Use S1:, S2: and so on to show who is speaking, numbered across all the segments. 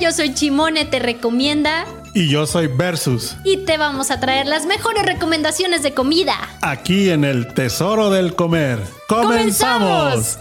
S1: yo soy Chimone, te recomienda.
S2: Y yo soy Versus,
S1: Y te vamos a traer las mejores recomendaciones de comida.
S2: aquí en el Tesoro del Comer. ¡Comenzamos!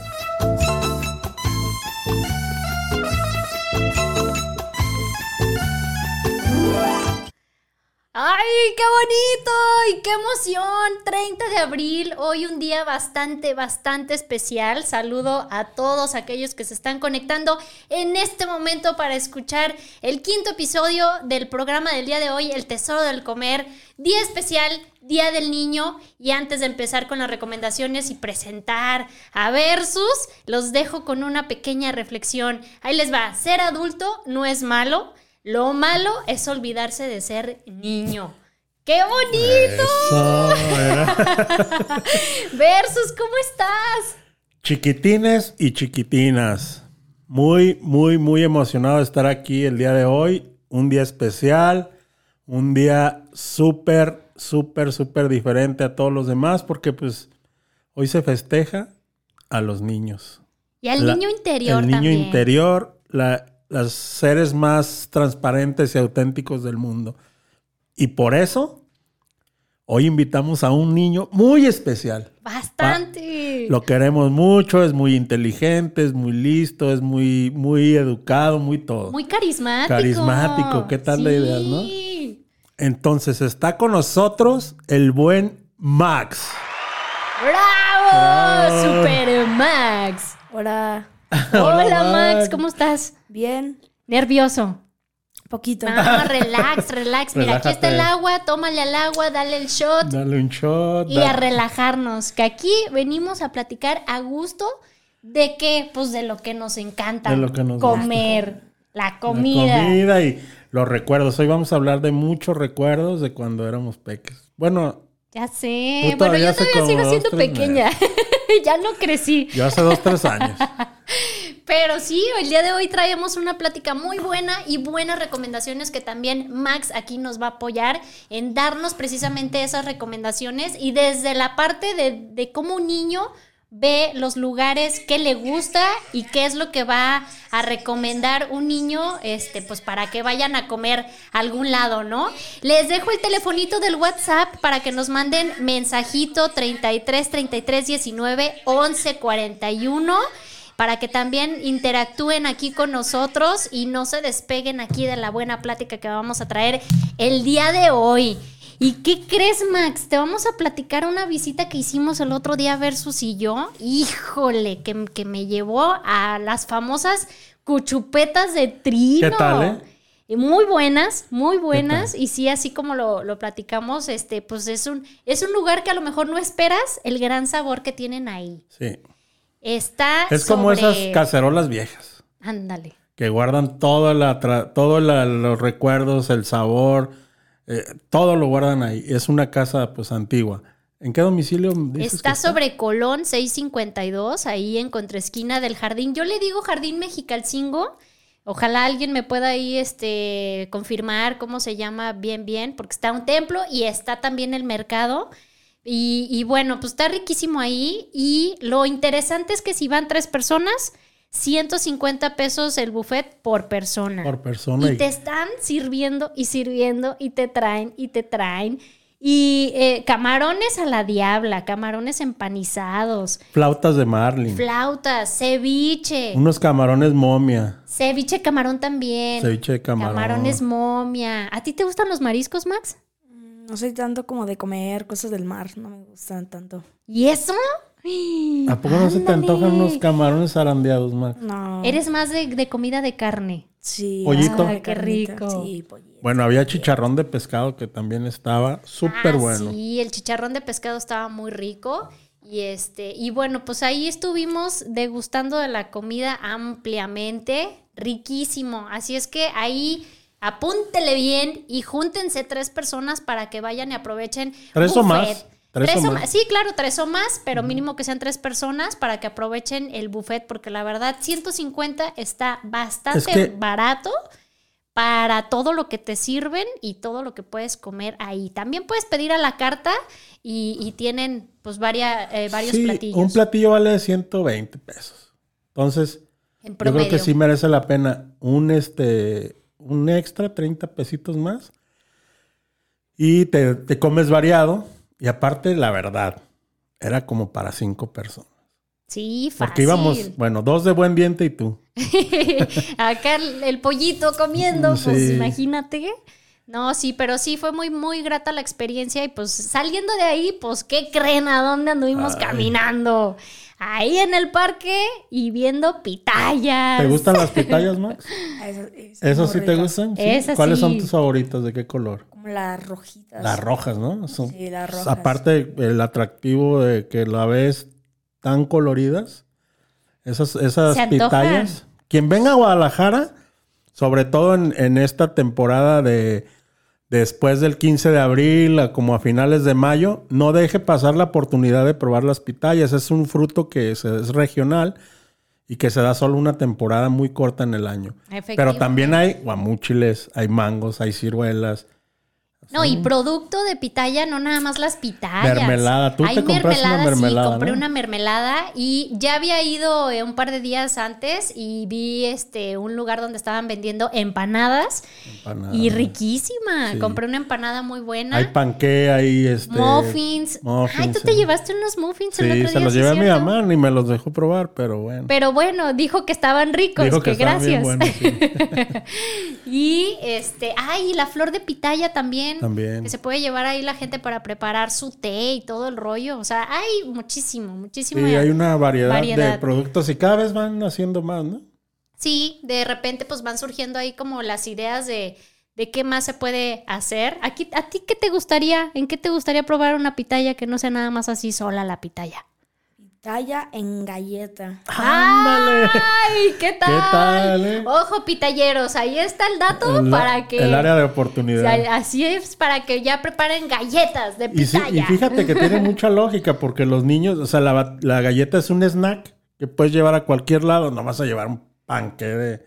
S1: ¡Ay, qué bonito! ¡Y qué emoción! 30 de abril, hoy un día bastante, bastante especial. Saludo a todos aquellos que se están conectando en este momento para escuchar el quinto episodio del programa del día de hoy, El Tesoro del Comer, día especial, Día del Niño. Y antes de empezar con las recomendaciones y presentar a Versus, los dejo con una pequeña reflexión. Ahí les va, ser adulto no es malo. Lo malo es olvidarse de ser niño. ¡Qué bonito!
S2: Eso, era.
S1: Versus, ¿cómo estás?
S2: Chiquitines y chiquitinas. Muy, muy, muy emocionado de estar aquí el día de hoy. Un día especial, un día súper, súper, súper diferente a todos los demás porque pues hoy se festeja a los niños.
S1: Y al
S2: La-
S1: niño interior
S2: El niño
S1: también.
S2: interior, la- los seres más transparentes y auténticos del mundo. Y por eso, hoy invitamos a un niño muy especial.
S1: Bastante.
S2: Lo queremos mucho, es muy inteligente, es muy listo, es muy, muy educado, muy todo.
S1: Muy carismático.
S2: Carismático, ¿qué tal la idea, no?
S1: Sí.
S2: Entonces está con nosotros el buen Max.
S1: ¡Bravo!
S2: Bravo.
S1: ¡Super Max!
S3: Hola.
S1: Hola,
S2: Hola,
S1: Max,
S2: Max.
S1: ¿cómo estás?
S3: Bien.
S1: Nervioso.
S3: Poquito.
S1: Ah, relax, relax. Mira, aquí está
S2: Relájate.
S1: el agua, tómale al agua, dale el shot.
S2: Dale un shot.
S1: y
S2: da-
S1: a relajarnos, que aquí venimos a platicar a gusto de qué, pues de lo que nos encanta,
S2: De lo que nos
S1: comer, la
S2: la
S1: comida.
S2: comida y los recuerdos. Hoy vamos a hablar de muchos recuerdos de cuando éramos peques. Bueno,
S1: Ya
S2: Tú
S1: sé, bueno,
S2: todavía
S1: yo
S2: hace
S1: todavía
S2: como
S1: sigo
S2: dos,
S1: siendo
S2: tres
S1: pequeña, ya no crecí,
S2: yo hace dos, tres años.
S1: pero sí, el día de hoy traemos una plática muy buena y buenas recomendaciones que también Max aquí nos va a apoyar en darnos precisamente esas recomendaciones y desde la parte de, de cómo un niño ve los lugares que le gusta y qué es lo que va a recomendar un niño, este, pues para que vayan a comer a algún lado, ¿no? Les dejo el telefonito del WhatsApp para que nos manden mensajito 33 33 19 11 41 para que también interactúen aquí con nosotros y no se despeguen aquí de la buena plática que vamos a traer el día de hoy. ¿Y qué crees, Max? Te vamos a platicar una visita que hicimos el otro día versus y yo. Híjole, que, que me llevó a las famosas cuchupetas de trino.
S2: ¿Qué tal, eh?
S1: Y Muy buenas, muy buenas. Y sí, así como lo, lo platicamos, este, pues es un, es un lugar que a lo mejor no esperas el gran sabor que tienen ahí.
S2: Sí.
S1: Está
S2: Es como
S1: sobre-
S2: esas cacerolas viejas
S1: Ándale.
S2: que guardan todos los recuerdos, el sabor, eh, todo lo guardan ahí. Es una casa pues antigua. ¿En qué domicilio dices que
S1: Está sobre Colón 652, ahí en contraesquina del jardín. Yo le digo jardín mexicalcingo. Ojalá alguien me pueda ahí este, confirmar cómo se llama bien, bien, porque está un templo y está también el mercado. Y, y bueno, pues está riquísimo ahí. Y lo interesante es que si van tres personas, 150 pesos el buffet por persona.
S2: por persona?
S1: Y
S2: y-
S1: te están sirviendo y sirviendo y te traen y te traen. Y eh, camarones a la diabla, camarones empanizados,
S2: Flautas de Marlin.
S1: flautas, ceviche,
S2: Unos camarones momia.
S1: ceviche camarón también.
S2: Ceviche de camarón.
S1: Camarones momia. ¿A ti te gustan los mariscos, Max?
S3: No soy tanto como de comer cosas del mar. No me gustan tanto.
S1: ¿Y eso?
S2: ¿A poco no se te
S1: Ándale.
S2: antojan unos camarones arandeados, Max?
S3: No.
S1: Eres más de, de comida de carne.
S3: Sí.
S2: Pollito.
S3: más de
S1: Ah, qué
S3: carnita.
S1: rico.
S3: Sí, pollito.
S2: Bueno, había chicharrón de pescado que también estaba súper
S1: Ah,
S2: bueno.
S1: Sí, el chicharrón de pescado estaba muy rico. Y este, y bueno, pues ahí estuvimos degustando de la comida ampliamente, riquísimo. Así es que ahí apúntele bien y júntense tres personas para que vayan y aprovechen.
S2: Tres o más,
S1: Tres, o más. Sí, claro, tres o más, pero mínimo que sean tres personas para que aprovechen el buffet, porque la verdad, 150 está bastante
S2: que-
S1: barato para todo lo que te sirven y todo lo que puedes comer ahí. También puedes pedir a la carta y, y tienen pues varia- eh, varios
S2: Sí,
S1: platillos.
S2: Un platillo vale 120 pesos. Entonces,
S1: en
S2: Yo
S1: promedio.
S2: creo que sí merece la pena un este un extra, 30 pesitos más. Y te, te comes variado. Y aparte, la verdad, era como para cinco personas.
S1: Sí, fácil.
S2: Porque íbamos, bueno, dos de buen diente y tú.
S1: Acá el, el pollito comiendo, pues
S2: Mm, Sí.
S1: imagínate. No, sí, pero sí fue muy, muy grata la experiencia y pues saliendo de ahí, pues qué creen a dónde anduvimos
S2: Ay.
S1: caminando. Ahí en el parque y viendo pitayas.
S2: ¿Te gustan las pitayas, Max?
S3: Esas- esas
S2: ¿Eso
S3: muy
S2: sí te
S3: ricas.
S2: gustan? Sí.
S1: Esas
S2: ¿Cuáles
S1: sí.
S2: son tus favoritas? ¿De qué color?
S3: Como las rojitas.
S2: Las rojas, ¿no? Son-
S3: Sí, las rojas.
S2: Aparte, el atractivo de que la ves tan coloridas, esas, esas
S1: Se antojan.
S2: pitayas. Quien venga a Guadalajara, sobre todo en, en esta temporada de después del 15 de abril, a como a finales de mayo, no deje pasar la oportunidad de probar las pitayas. Es un fruto que se- es regional y que se da solo una temporada muy corta en el año. Pero
S1: Efectivamente.
S2: también hay guamúchiles, hay mangos, hay ciruelas.
S1: No, y producto de pitaya, no nada más las pitayas.
S2: Mermelada. Tú
S1: Hay
S2: te compraste una
S1: mermelada,
S2: mermelada,
S1: Sí, compré
S2: ¿no?
S1: una mermelada y ya había ido eh, un par de días antes y vi este un lugar donde estaban vendiendo empanadas
S2: empanadas.
S1: y riquísima.
S2: Ah, Sí.
S1: Compré una empanada muy buena.
S2: Hay panque, hay este.
S1: muffins. Ay, tú
S2: muffins,
S1: te
S2: sí.
S1: llevaste unos muffins el otro
S2: Sí,
S1: día.
S2: se los
S1: sí,
S2: llevé a mi
S1: ¿cierto?
S2: mamá y me los dejó probar, pero bueno.
S1: Pero bueno, dijo que estaban ricos,
S2: Dijo
S1: que,
S2: estaban
S1: gracias.
S2: bien buenos, sí.
S1: Y este, ay, y la flor de pitaya también.
S2: También.
S1: Que se puede llevar ahí la gente para preparar su té y todo el rollo. O sea, hay muchísimo,
S2: Sí,
S1: muchísimo.
S2: hay una variedad, de
S1: Variedad.
S2: productos y cada vez van haciendo más, ¿no?
S1: Sí, de repente pues van surgiendo ahí como las ideas de, de qué más se puede hacer. Aquí, ¿A ti qué te gustaría? ¿En qué te gustaría probar una pitaya que no sea nada más así sola la pitaya?
S3: Pitaya en galleta.
S1: Ah,
S2: ¡Ándale!
S1: ¡Ay! ¿Qué tal?
S2: tal, eh?
S1: Ojo, pitayeros, ahí está el dato
S2: El-
S1: para que.
S2: El área de
S1: o
S2: oportunidad.
S1: sea, así es, para que ya preparen galletas de
S2: Y, sí-
S1: pitaya.
S2: y fíjate que tiene mucha lógica porque los niños, o sea, la, ba- la galleta es un snack que puedes llevar a cualquier lado, no vas a llevar un panque de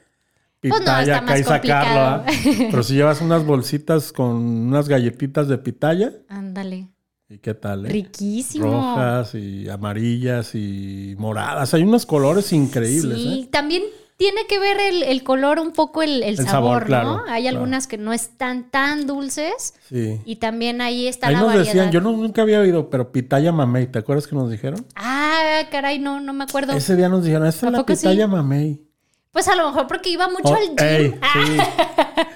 S1: Pues no, está
S2: pitaya acá
S1: más
S2: y sacarlo. ¿ah?
S1: complicado.
S2: Pero si llevas unas bolsitas con unas galletitas de pitaya,
S1: Ándale.
S2: ¿y qué tal? eh?
S1: Riquísimo.
S2: Rojas y amarillas y moradas. Hay unos colores increíbles.
S1: Sí,
S2: ¿eh?
S1: también tiene que ver el, el color un poco el, el
S2: El
S1: sabor,
S2: sabor,
S1: ¿no?
S2: claro,
S1: Hay
S2: claro.
S1: algunas que no están tan dulces
S2: Sí.
S1: y también ahí está
S2: Ahí
S1: la
S2: nos
S1: variedad.
S2: decían, yo no- nunca había oído, pero pitaya mamey, ¿te acuerdas que nos dijeron?
S1: Ah, caray, no, no me acuerdo.
S2: Ese día nos dijeron, esta
S1: ¿A
S2: es la
S1: poco sí?
S2: pitaya mamey.
S1: Pues a lo mejor porque iba mucho
S2: Oh,
S1: al gym. eh,
S2: ey, sí.
S1: Ah.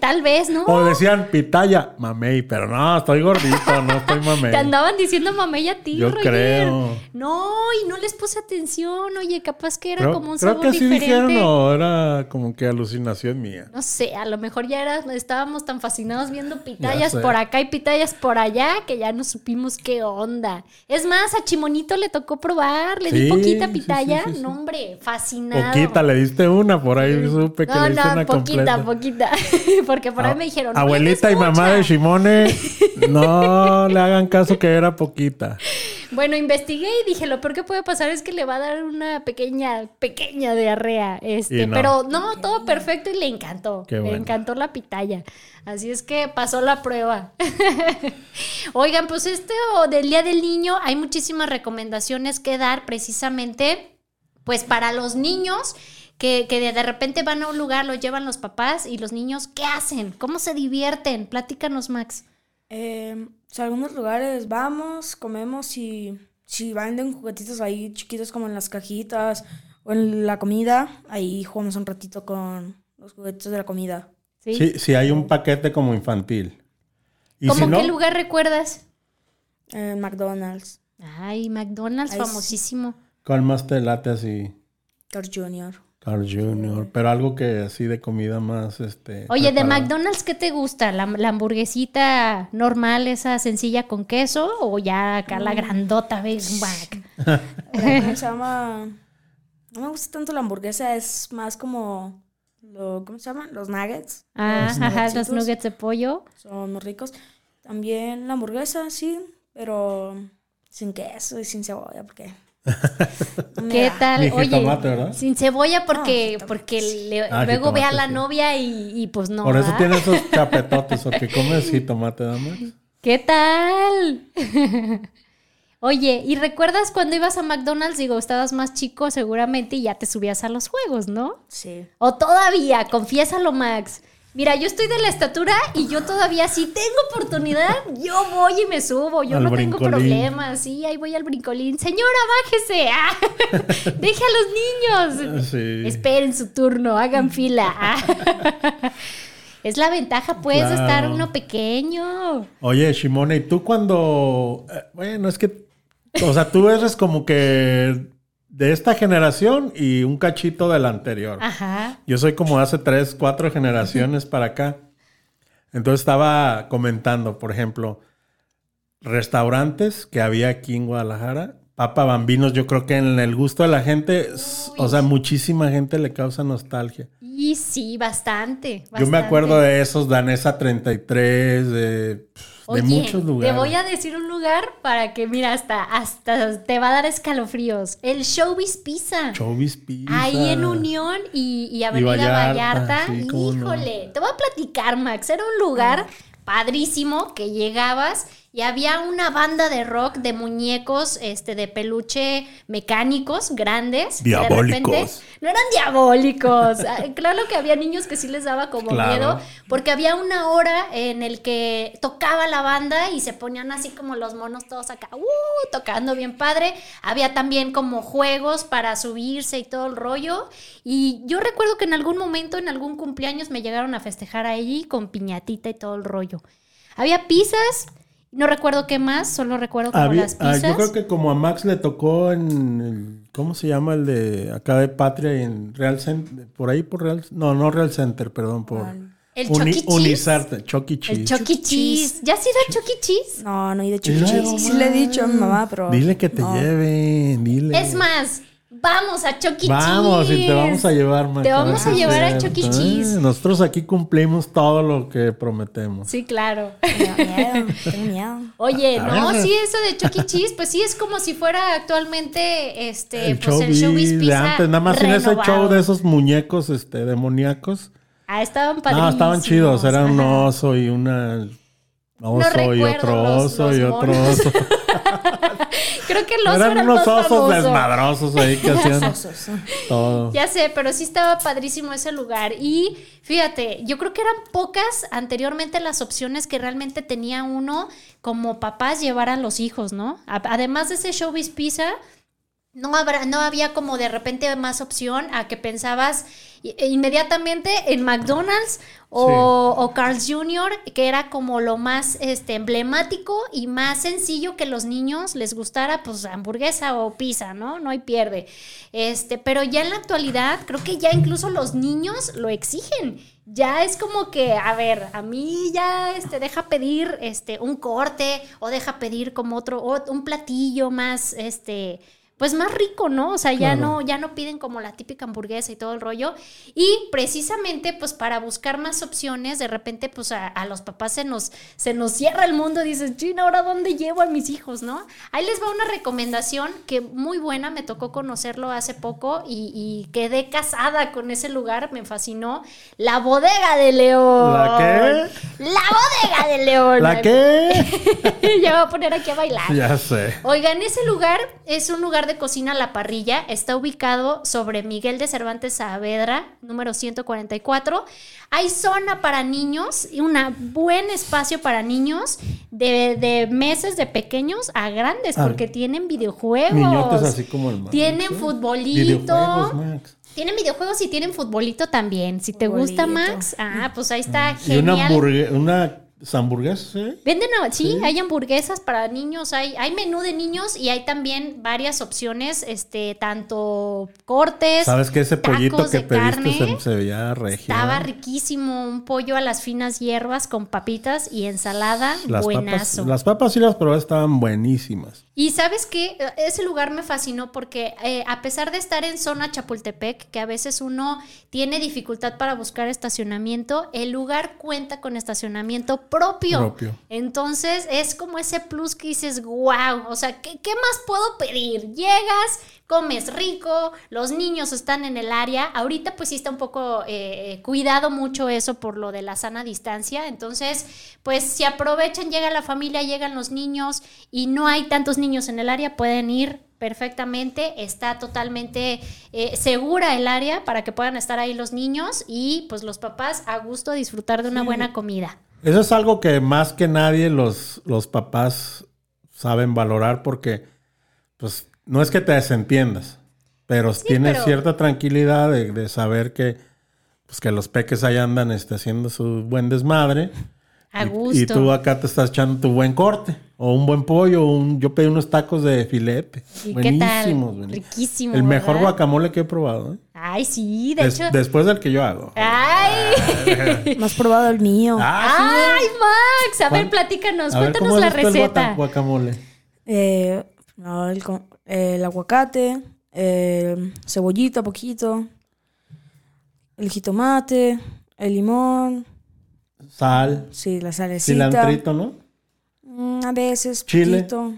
S1: Tal vez, ¿no?
S2: O decían pitaya, mamey, pero no, estoy gordito, no estoy mamey.
S1: Te andaban diciendo mamey a ti,
S2: Yo
S1: Roger.
S2: creo.
S1: No, y no les puse atención. Oye, capaz que era
S2: Creo,
S1: como un
S2: creo
S1: sabor
S2: que así
S1: diferente.
S2: dijeron o era como que alucinación mía.
S1: No sé, a lo mejor ya era, estábamos tan fascinados viendo pitayas
S2: sé.
S1: por acá y pitayas por allá que ya no supimos qué onda. Es más, a Chimonito le tocó probar, le di
S2: Sí,
S1: poquita
S2: sí,
S1: pitaya.
S2: sí, sí, sí.
S1: No, hombre, fascinado.
S2: Poquita, le diste una, por ahí supe que
S1: Mm. no,
S2: le diste
S1: no,
S2: una
S1: poquita,
S2: completa.
S1: poquita. Porque por ahí
S2: Ah,
S1: me dijeron. "No le
S2: Abuelita
S1: des
S2: y mamá
S1: mucha".
S2: de Shimone, no le hagan caso que era poquita.
S1: Bueno, investigué y dije, lo peor que puede pasar es que le va a dar una pequeña, pequeña diarrea. Este,
S2: Y no.
S1: pero no, todo perfecto y le encantó.
S2: Qué
S1: Le
S2: bueno.
S1: encantó la pitaya. Así es que pasó la prueba. Oigan, pues este o del Día del Niño hay muchísimas recomendaciones que dar precisamente, pues para los niños. Que, que de- de repente van a un lugar, los llevan los papás y los niños, ¿qué hacen? ¿Cómo se divierten? Platícanos, Max.
S3: Eh, o sea, algunos lugares vamos, comemos y si venden juguetitos ahí chiquitos como en las cajitas o en la comida, ahí jugamos un ratito con los juguetitos de la comida.
S1: ¿Sí?
S2: Sí, sí, hay un paquete como infantil. Y
S1: ¿Cómo
S2: si no,
S1: qué lugar recuerdas?
S3: Eh, McDonald's,
S1: Ay, McDonald's,
S3: Ay, sí.
S1: famosísimo.
S2: ¿cuál más te late así?
S3: Carl Jr.
S2: Carl Jr., pero algo que así de comida más, este...
S1: Oye, de
S2: preparada.
S1: McDonald's, ¿qué te gusta? ¿La, la hamburguesita normal, esa sencilla con queso? ¿O ya acá
S3: Mm.
S1: la grandota, Big
S3: Pues
S1: Mac?
S3: Eh, ¿Cómo se llama? No me gusta tanto la hamburguesa, es más como... Lo, ¿Cómo se llaman? Los nuggets.
S1: Ah,
S3: Los
S1: ajá, los
S3: nuggets.
S1: nuggets de pollo.
S3: Son muy ricos. También la hamburguesa, sí, pero sin queso y sin cebolla, porque... no me
S1: ¿Qué
S3: da.
S1: tal?
S2: Ni
S1: Oye,
S2: jitomate, ¿verdad?
S1: sin cebolla porque,
S3: Ah,
S1: porque le-
S2: Ah,
S1: luego ve a
S2: jitomate,
S1: la
S2: sí.
S1: novia y, y pues no.
S2: Por eso
S1: ¿va?
S2: tiene esos chapetotes, o que comes jitomate, ¿no, Max?
S1: ¿Qué tal? Oye, ¿y recuerdas cuando ibas a McDonald's? Digo, estabas más chico seguramente y ya te subías a los juegos, ¿no?
S3: Sí.
S1: O todavía, confiésalo, Max. Mira, yo estoy de la estatura y yo todavía si tengo oportunidad, yo voy y me subo, yo
S2: Al
S1: no tengo
S2: brincolín.
S1: problemas, sí, ahí voy al brincolín. Señora, bájese, ah, deje a los niños.
S2: Ah, Sí.
S1: Esperen su turno, hagan fila. ah. es la ventaja, pues, de estar
S2: Claro.
S1: uno pequeño.
S2: Oye, Shimone, ¿y tú cuando... eh, Bueno, es que... O sea, tú eres como que de esta generación y un cachito de la anterior.
S1: Ah. Ajá.
S2: Yo soy como hace tres, cuatro generaciones para acá. Entonces estaba comentando, por ejemplo, restaurantes que había aquí en Guadalajara. Papa Bambinos, yo creo que en el gusto de la gente, s- o sea, muchísima gente le causa nostalgia.
S1: Y sí, bastante.
S2: Yo me
S1: bastante.
S2: acuerdo de esos, Danesa 33, de, pf, de
S1: Oye,
S2: muchos lugares.
S1: Te voy a decir un lugar para que, mira, hasta, hasta te va a dar escalofríos. El Showbiz Pizza.
S2: Chovis Pizza.
S1: Ahí en Unión y, y Avenida
S2: Vallarta,
S1: Vallarta.
S2: sí, cómo no.
S1: Híjole, te voy a platicar, Max. Era un lugar padrísimo que llegabas y había una banda de rock de muñecos este de peluche mecánicos grandes. que de repente-
S2: Diabólicos.
S1: no eran diabólicos. Ah, claro que había niños que sí les daba como
S2: Claro.
S1: miedo porque había una hora en el que tocaba la banda y se ponían así como los monos todos acá, ¡uh! tocando bien padre. Había también como juegos para subirse y todo el rollo. Y yo recuerdo que en algún momento, en algún cumpleaños, me llegaron a festejar allí con piñatita y todo el rollo. Había pizzas, no recuerdo qué más, solo recuerdo como
S2: Había-
S1: las
S2: ah,
S1: pizzas.
S2: yo creo que como a Max le tocó en el- ¿cómo se llama el de acá de Patria en Real Center? Por ahí por Real, no, no Real Center, perdón, por
S1: El
S2: Uni-
S1: Chuck E. Cheese.
S2: Unizarte, Chuck E.
S1: El
S2: Cheese.
S1: Chucky Cheese. ¿Ya has ido a Chucky Cheese?
S3: No, no he ido a
S2: Y
S3: Chucky
S2: luego,
S3: Cheese. Sí le he dicho a mi mamá, pero.
S2: Dile que te
S3: no.
S2: lleven, dile.
S1: Es más, vamos a E. Chucky
S2: Vamos, y te vamos a llevar, Max.
S1: Te vamos a
S2: ver si es
S1: llevar a
S2: cierto.
S1: Chuck E. Cheese.
S2: Eh, Nosotros aquí cumplimos todo lo que prometemos.
S1: Sí, claro.
S3: Me da miedo, tengo miedo.
S1: Oye,
S2: A
S1: no,
S2: ver.
S1: sí, eso de Chucky Cheese, pues sí es como si fuera actualmente este
S2: el
S1: pues
S2: show
S1: el showbiz
S2: de
S1: pizza
S2: antes, nada más en ese
S1: renovado.
S2: show de esos muñecos este demoníacos.
S1: Ah, estaban padrísimos.
S2: No, estaban chidos, era un
S1: Ajá.
S2: oso y una oso y
S1: recuerdo
S2: otro
S1: los-
S2: oso
S1: los
S2: y otro
S1: monos.
S2: oso.
S1: Creo que el oso
S2: Eran
S1: era el
S2: unos
S1: más
S2: osos
S1: famoso.
S2: desmadrosos ahí que hacían todo.
S1: Ya sé, pero sí estaba padrísimo ese lugar. Y fíjate, yo creo que eran pocas anteriormente las opciones que realmente tenía uno como papás llevar a los hijos, ¿no? A- Además de ese showbiz pizza, no, habrá, no había como de repente más opción a que pensabas i- inmediatamente en McDonald's o, o Carl's Jr., que era como lo más este, emblemático y más sencillo que los niños les gustara, pues hamburguesa o pizza, ¿no? No hay pierde. Este, pero ya en la actualidad, creo que ya incluso los niños lo exigen. Ya es como que, a ver, a mí ya este, deja pedir este, un corte o deja pedir como otro, o- un platillo más, este, pues más rico, ¿no? O sea, ya
S2: Claro.
S1: no, ya no piden como la típica hamburguesa y todo el rollo. Y precisamente, pues para buscar más opciones, de repente, pues a, a los papás se nos, se nos cierra el mundo. Dices, China, ¿ahora dónde llevo a mis hijos, no? Ahí les va una recomendación que muy buena, me tocó conocerlo hace poco y, y quedé casada con ese lugar, me fascinó. La bodega de León.
S2: ¿La qué?
S1: La bodega de León.
S2: ¿La qué?
S1: ya voy a poner aquí a bailar.
S2: ya sé.
S1: Oigan, ese lugar es un lugar de cocina a la parrilla. Está ubicado sobre Miguel de Cervantes Saavedra, número 144. Hay zona para niños y un buen espacio para niños de, de meses de pequeños a grandes,
S2: Ah.
S1: porque tienen videojuegos.
S2: Niñotes así como el Max,
S1: Tienen
S2: ¿eh? Videojuegos,
S1: futbolito.
S2: Max.
S1: Tienen videojuegos y tienen futbolito también. Si te gusta,
S3: Futbolito.
S1: Max, ah, pues ahí está.
S2: Y una
S1: Genial.
S2: hamburguesa, una hamburguesa, ¿eh?
S1: Venden, a- sí, hay hamburguesas para niños, hay, hay menú de niños y hay también varias opciones, este, tanto cortes.
S2: ¿Sabes que ese
S1: tacos
S2: pollito que
S1: de
S2: pediste se,
S1: carne?
S2: se veía regio?
S1: Estaba
S2: ¿eh?
S1: riquísimo, un pollo a las finas hierbas con papitas y ensalada,
S2: Las papas,
S1: buenazo.
S2: las papas y las probé estaban buenísimas.
S1: Y sabes que ese lugar me fascinó porque eh, a pesar de estar en zona Chapultepec, que a veces uno tiene dificultad para buscar estacionamiento, el lugar cuenta con estacionamiento propio.
S2: Propio.
S1: Entonces es como ese plus que dices, wow, o sea, ¿qué, qué más puedo pedir? Llegas, comes rico, los niños están en el área. Ahorita pues sí está un poco eh, cuidado mucho eso por lo de la sana distancia. Entonces, pues si aprovechan, llega la familia, llegan los niños y no hay tantos niños en el área, pueden ir perfectamente, está totalmente eh, segura el área para que puedan estar ahí los niños y pues los papás a gusto disfrutar de una buena comida.
S2: Eso es algo que más que nadie los, los papás saben valorar porque, pues, no es que te desentiendas, pero tienes
S1: pero-
S2: cierta tranquilidad de, de saber que, pues, que los peques ahí andan este, haciendo su buen desmadre.
S1: A
S2: y-
S1: gusto.
S2: Y, tú acá te estás echando tu buen corte, o un buen pollo, o un, yo pedí unos tacos de filete.
S1: ¿Y qué tal?
S2: buenísimos, buenísimos.
S1: Riquísimo,
S2: El mejor
S1: ¿verdad?
S2: guacamole que he probado. ¿eh?
S1: Ay, sí, de
S2: Des-
S1: hecho. Ah,
S2: después del que yo hago.
S1: Ay,
S3: No has probado el mío.
S2: Ah, sí.
S1: ay, Max, a ver,
S2: ¿Cuán-
S1: platícanos,
S2: A ver, ¿cómo
S1: cuéntanos la
S2: haces tú el guata-
S1: receta.
S2: guacamole.
S3: Eh, no, el, co- el aguacate, eh, cebollita poquito, el jitomate, el limón,
S2: Sal,
S3: sí, la salecita.
S2: cilantrito, ¿no?
S3: mm, A veces
S2: Chile.
S3: poquito.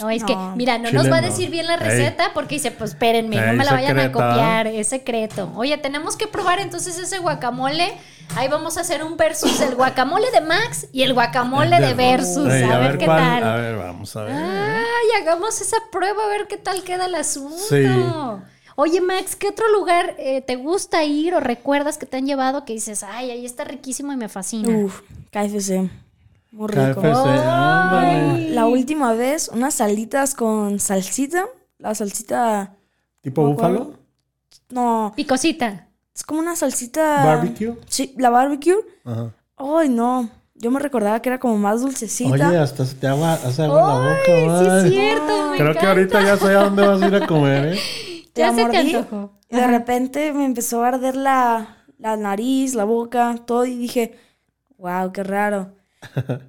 S1: No, es que,
S3: No.
S1: mira, no
S2: Chile
S1: nos va a
S2: no.
S1: decir bien la
S2: Ey.
S1: receta porque dice, pues espérenme, no
S2: Ey,
S1: me la vayan a
S2: secreto,
S1: copiar, es secreto. Oye, tenemos que probar entonces ese guacamole. Ahí vamos a hacer un versus, el guacamole de Max y el guacamole de versus.
S2: Ey,
S1: a, ver qué
S2: cuál-
S1: tal. Ah,
S2: A ver, vamos a ver.
S1: Ay, hagamos esa prueba a ver qué tal queda el asunto.
S2: Sí.
S1: Oye, Max, ¿qué otro lugar eh, te gusta ir o recuerdas que te han llevado que dices, ay, ahí está riquísimo y me fascina?
S3: Uf, KFC. Muy rico.
S2: KFC, ándale.
S3: La última vez, unas salitas con salsita. La salsita.
S2: ¿Tipo
S3: Me acuerdo.
S2: búfalo?
S3: No,
S1: Picosita.
S3: es como una salsita.
S2: ¿Barbecue?
S3: Sí, la barbecue.
S2: Ajá.
S3: Ay, no. Yo me recordaba que era como más dulcecita.
S2: Oye, hasta se te agua, hace agua la boca.
S1: Ay, sí es
S2: ay.
S1: cierto, me
S2: Creo que
S1: encanta.
S2: ahorita ya sé a dónde vas a ir a comer, ¿eh?
S1: Ya
S3: la
S1: se te
S3: mordí,
S1: antojó.
S3: Y de repente me empezó a arder la, la nariz, la boca, todo. Y dije, wow, qué raro.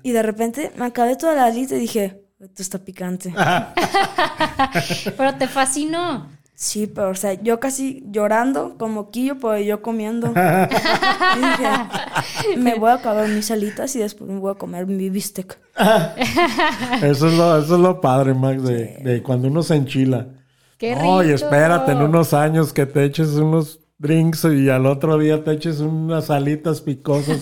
S3: Y de repente me acabé toda la alita y dije, esto está picante.
S1: Pero te fascinó.
S3: Sí, pero o sea, yo casi llorando con moquillo, pero yo comiendo. Y dije, me voy a acabar mis alitas y después me voy a comer mi bistec.
S2: Eso es lo, eso es lo padre, Max, de, de cuando uno se enchila.
S1: Qué rico.
S2: Oye, espérate, en unos años que te eches unos drinks y al otro día te eches unas alitas picosas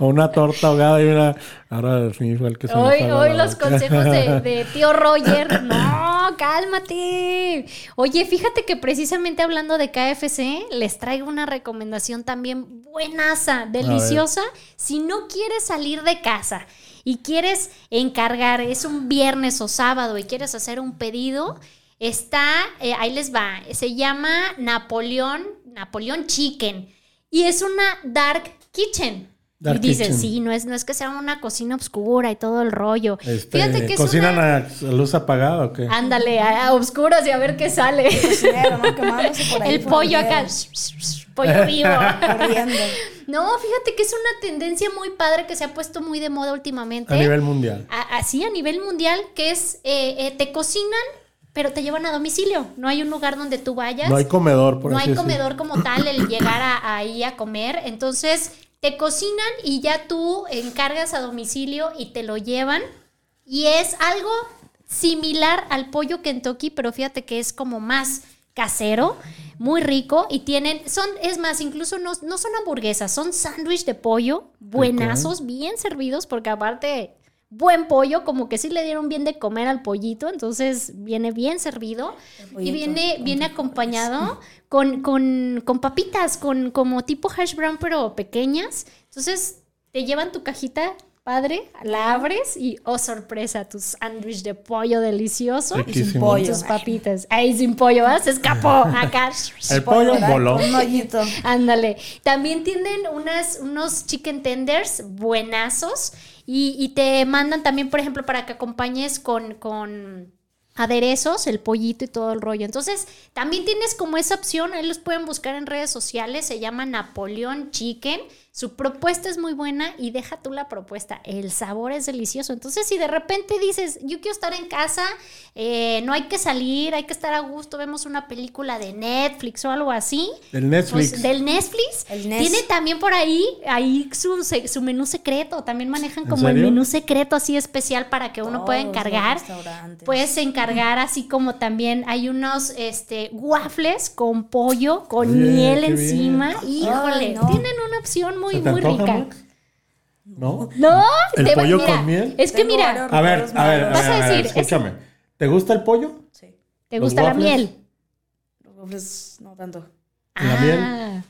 S2: o una torta ahogada y una... Ahora sí fue el que se me
S1: Hoy,
S2: fue la
S1: hoy los
S2: boca.
S1: consejos de, de tío Roger. No, cálmate. Oye, fíjate que precisamente hablando de KFC, les traigo una recomendación también buenaza, deliciosa. Si no quieres salir de casa y quieres encargar, es un viernes o sábado y quieres hacer un pedido, está, eh, ahí les va, se llama Napoleón, Napoleón Chicken. Y es una dark kitchen.
S2: Dark
S1: y dices,
S2: kitchen.
S1: sí, y no es, no es que sea una cocina oscura y todo el rollo.
S2: Este,
S1: Fíjate que es
S2: ¿Cocinan
S1: una...
S2: a luz apagada o qué?
S1: Ándale, a, a obscuras y a ver qué sale.
S3: Cocinero, ¿no? Quemándose por ahí,
S1: el
S3: por
S1: pollo acá.
S3: donde
S1: pollo vivo.
S3: quiera, Corriendo.
S1: No, fíjate que es una tendencia muy padre que se ha puesto muy de moda últimamente.
S2: A nivel mundial.
S1: A- así a nivel mundial, que es, eh, eh, te cocinan, pero te llevan a domicilio. No hay un lugar donde tú vayas.
S2: No hay comedor, por
S1: no
S2: así
S1: hay
S2: decirlo.
S1: comedor como tal el llegar a- ahí a comer. Entonces te cocinan y ya tú encargas a domicilio y te lo llevan. Y es algo similar al pollo Kentucky, pero fíjate que es como más casero, muy rico y tienen, son, es más, incluso no, no son hamburguesas, son sándwich de pollo, buenazos, bien servidos, porque aparte, buen pollo, como que sí le dieron bien de comer al pollito, entonces viene bien servido y
S3: pollito
S1: viene, viene acompañado con, con, con papitas, con como tipo hash brown, pero pequeñas, entonces te llevan tu cajita. Padre, la abres y, oh sorpresa, tu sándwich de pollo delicioso.
S2: Riquísimo.
S3: Y sin pollo.
S1: Tus papitas. Ahí sin pollo, ¿verdad? Se escapó. Acá.
S2: El pollo
S3: ¿verdad?
S2: voló.
S3: Con Un hoyito.
S1: Ándale. También tienen unas, unos chicken tenders buenazos y, y te mandan también, por ejemplo, para que acompañes con, con aderezos, el pollito y todo el rollo. Entonces, también tienes como esa opción, ahí los pueden buscar en redes sociales, se llama Napoleón Chicken. Su propuesta es muy buena y deja tú la propuesta. El sabor es delicioso. Entonces, si de repente dices, yo quiero estar en casa, eh, no hay que salir, hay que estar a gusto, vemos una película de Netflix o algo así.
S2: Del Netflix.
S1: Pues, del Netflix.
S3: El Nes.
S1: Tiene también por ahí, ahí su, se- su menú secreto. También manejan
S2: ¿En
S1: como el
S2: serio?
S1: menú secreto así especial para que uno pueda
S3: Todos los
S1: encargar.
S3: Oh, restaurantes.
S1: Puedes encargar así como también hay unos este waffles con pollo, con
S2: Oye,
S1: miel
S2: qué bien.
S1: encima. Híjole,
S3: Ay, no.
S1: tienen una opción muy,
S2: ¿Se te
S1: muy
S2: antoja,
S1: rica.
S2: Max? ¿No?
S1: No,
S2: ¿El
S1: te va-
S2: pollo
S1: mira,
S2: con miel?
S1: Es que
S3: Tengo
S1: mira,
S3: varios
S2: A ver,
S3: recuerdos
S2: a ver, a
S1: Vas
S3: malos.
S2: ver,
S1: a
S2: a ver,
S1: decir, es-
S2: escúchame. ¿Te gusta el pollo?
S3: Sí.
S1: ¿te
S2: los
S1: gusta la
S2: waffles.
S1: miel?
S3: Los waffles no tanto.
S2: ¿La
S1: ah,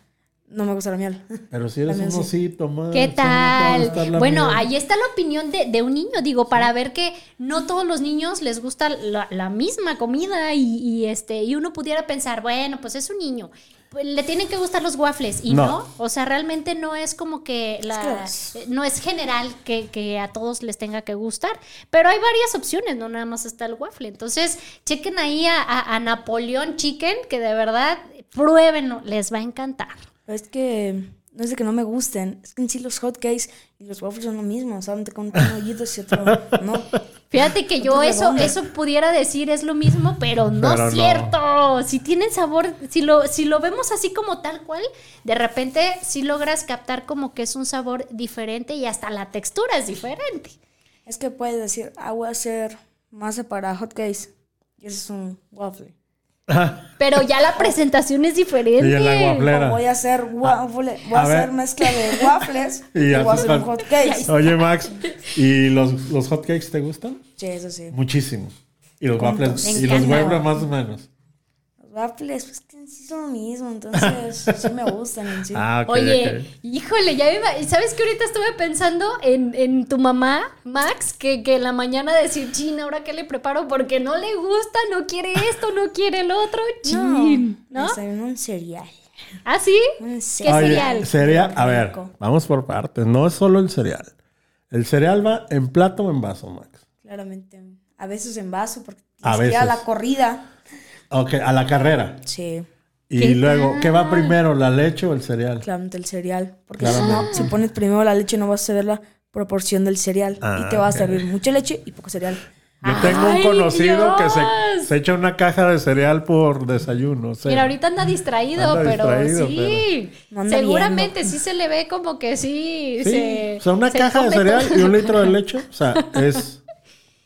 S3: No me gusta la miel.
S2: Pero si eres
S3: También
S2: un
S3: sí.
S2: osito, más.
S1: ¿Qué tal? Bueno, ahí está la opinión de, de un niño, digo, para ver que no todos los niños les gusta la, la misma comida y, y, este y uno pudiera pensar, bueno, pues es un niño. pues Le tienen que gustar los waffles y no.
S2: No.
S1: o sea, realmente no es como que la,
S3: Es
S1: eh, no es general que, que a todos les tenga que gustar, pero hay varias opciones, no nada más está el waffle. Entonces, chequen ahí a, a, a Napoleón Chicken, que de verdad, pruébenlo, les va a encantar.
S3: Pero es que no es de que no me gusten. Es que en sí los hotcakes y los waffles son lo mismo. O sea, un te con un hoyito y otro. No.
S1: Fíjate que yo
S3: Otro
S1: eso,
S3: redondo.
S1: eso pudiera decir es lo mismo, pero no
S2: Pero
S1: es
S2: no.
S1: cierto. Si tienen sabor, si lo, si lo vemos así como tal cual, de repente sí logras captar como que es un sabor diferente y hasta la textura es diferente.
S3: Es que puedes decir, ah, voy a hacer masa para hotcakes. Y eso es un waffle.
S1: Pero ya la presentación es diferente.
S2: Y en la guaflera.
S3: O voy a hacer waffle. Voy
S2: Ah,
S3: a,
S2: a
S3: hacer
S2: ver.
S3: mezcla de waffles.
S2: Y
S3: y voy a
S2: haces
S3: hacer un
S2: pan.
S3: hotcakes.
S2: Oye, Max, ¿y los, los hotcakes te gustan?
S3: Sí, eso sí.
S2: Muchísimo. Y los waffles,
S1: Me
S2: y los
S1: encanta.
S2: waffles más o menos.
S3: Los waffles, pues que en sí son lo mismo. Entonces, sí me gustan en sí.
S2: Ah, ok,
S1: Oye,
S2: ok.
S1: híjole, ya me ima- ¿sabes que ahorita estuve pensando en, en tu mamá, Max? Que, que en la mañana decir, chin, ¿ahora qué le preparo? Porque no le gusta, no quiere esto, no quiere el otro, chin, ¿no?
S3: ¿no? desayuno un cereal.
S1: ¿Ah, sí?
S3: Un
S1: ¿Qué
S3: cereal.
S1: cereal?
S2: a ver,
S3: Rico.
S2: vamos por partes. No es solo el cereal. El cereal va en plato o en vaso, Max.
S3: Claramente. A veces en vaso, porque
S2: A
S3: tienes que ir a
S2: veces.
S3: la corrida.
S2: Ok, a la carrera.
S3: Sí,
S2: Y
S1: ¿Qué
S2: luego,
S1: tal?
S2: ¿qué va primero, la leche o el cereal?
S3: claramente el cereal. Porque
S2: Claramente.
S3: si no, si pones primero la leche, no vas a ver la proporción del cereal.
S2: Ah,
S3: y te va a
S2: ok.
S3: servir mucha leche y poco cereal.
S2: Yo tengo
S1: ¡Ay,
S2: un conocido que se,
S1: Dios!
S2: se echa una caja de cereal por desayuno. o sea,
S1: Mira, ahorita anda distraído,
S2: Anda
S1: pero
S2: distraído,
S1: sí.
S3: pero no anda
S1: Seguramente sí se le ve como que sí.
S2: sí,
S1: se-
S2: o sea, una
S1: se
S2: caja de
S1: come
S2: cereal
S1: todo.
S2: y un litro de leche. O sea, es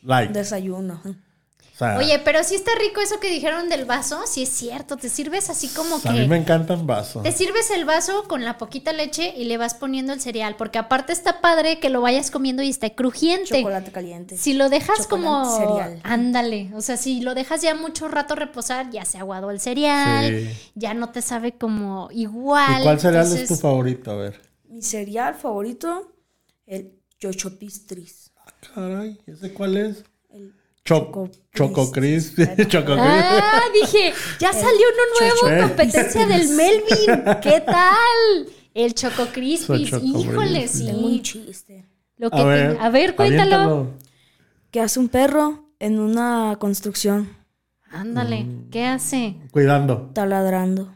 S2: light.
S3: Desayuno. ¿eh?
S2: o sea,
S1: Oye, pero sí está rico eso que dijeron del vaso. Sí es cierto, te sirves así como
S2: a mí
S1: que...
S2: me encantan vasos.
S1: Te sirves el vaso con la poquita leche y le vas poniendo el cereal, porque aparte está padre que lo vayas comiendo y esté crujiente.
S3: Chocolate caliente.
S1: Si lo dejas
S3: Chocolate,
S1: como
S3: cereal.
S1: ándale, o sea, si lo dejas ya mucho rato reposar, ya se aguadó el cereal,
S2: Sí.
S1: ya no te sabe como igual.
S2: ¿Y cuál cereal es tu
S1: entonces-
S2: favorito? A ver.
S3: Mi cereal favorito, el chochopistris.
S2: Caray, ¿ese cuál es?
S3: El
S2: Choco, Choco Crisp. Choco Crisp.
S1: Ah, dije, ya salió uno nuevo,
S2: Choco
S1: competencia del Melvin. ¿Qué tal? El Choco Crispis.
S2: Choco
S1: Híjole,
S2: Crispis.
S3: Tengo un
S1: sí.
S3: chiste.
S1: Lo que ten- a, ver, cuéntalo.
S2: aviéntalo.
S3: ¿Qué hace un perro en una construcción?
S1: Ándale,
S2: Mm.
S1: ¿qué hace?
S2: Cuidando.
S3: Taladrando.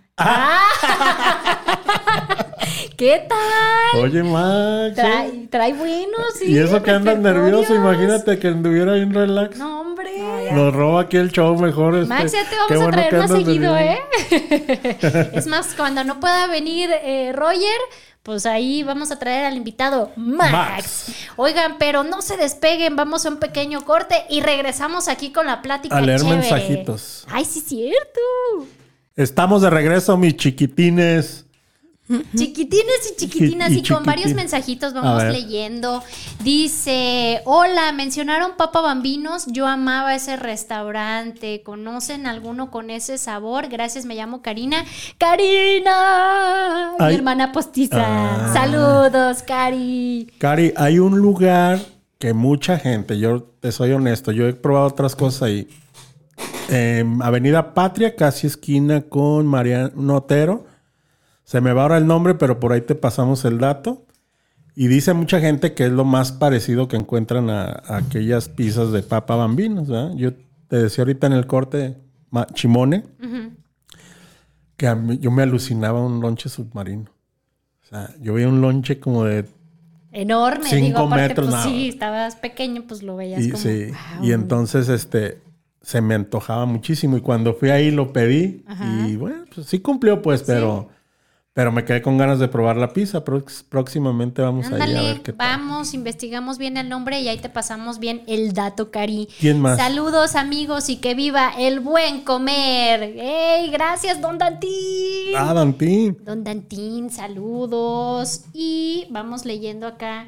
S1: ¿Qué tal?
S2: Oye, Max. ¿eh?
S1: Trae, trae buenos. sí,
S2: y eso que andas nervioso,
S1: repertorios.
S2: imagínate que anduviera bien relax.
S1: No, hombre.
S2: Nos roba aquí el show mejor. Este.
S1: Max, ya te vamos
S2: Qué
S1: a
S2: bueno
S1: traer
S2: que
S1: más
S2: andas
S1: seguido,
S2: venido.
S1: ¿eh? es más, cuando no pueda venir eh, Roger, pues ahí vamos a traer al invitado Max.
S2: Max.
S1: Oigan, pero no se despeguen, vamos a un pequeño corte y regresamos aquí con la plática.
S2: A leer
S1: chévere.
S2: mensajitos.
S1: Ay, sí, cierto.
S2: Estamos de regreso, mis chiquitines.
S1: Chiquitines y chiquitinas,
S2: Y- y
S1: y, con
S2: chiquitín.
S1: varios mensajitos vamos
S2: A ver.
S1: leyendo. Dice: Hola, mencionaron Papa Bambinos. Yo amaba ese restaurante. ¿Conocen alguno con ese sabor? Gracias, me llamo Karina. ¡Karina! Mi
S2: Ay.
S1: hermana postiza.
S2: Ah.
S1: Saludos, Cari.
S2: Cari, hay un lugar que mucha gente, yo te soy honesto, yo he probado otras cosas ahí. En Avenida Patria, casi esquina con Mariano Otero. Se me va ahora el nombre, pero por ahí te pasamos el dato. Y dice mucha gente que es lo más parecido que encuentran a, a aquellas pizzas de papa bambinos. ¿verdad? Yo te decía ahorita en el corte, ma- Chimone, que a mí- yo me alucinaba un lonche submarino. O sea, yo veía un lonche como de...
S1: Enorme,
S2: Cinco
S1: digo, aparte,
S2: metros,
S1: pues
S2: no.
S1: sí, estabas pequeño, pues lo veías
S2: Y,
S1: como.
S2: sí,
S1: "Wow".
S2: y entonces este, se me antojaba muchísimo y cuando fui ahí lo pedí
S1: Ajá.
S2: y bueno, pues sí cumplió pues, pero, pero me quedé con ganas de probar la pizza. Prox- próximamente vamos ahí a
S1: Ándale,
S2: ver qué tal.
S1: vamos, investigamos bien el nombre y ahí te pasamos bien el dato, Cari.
S2: ¿Quién más?
S1: Saludos, amigos, y que viva el buen comer. ¡Ey, gracias, don Dantín!
S2: Ah, Dantín.
S1: Don Dantín, saludos. Y vamos leyendo acá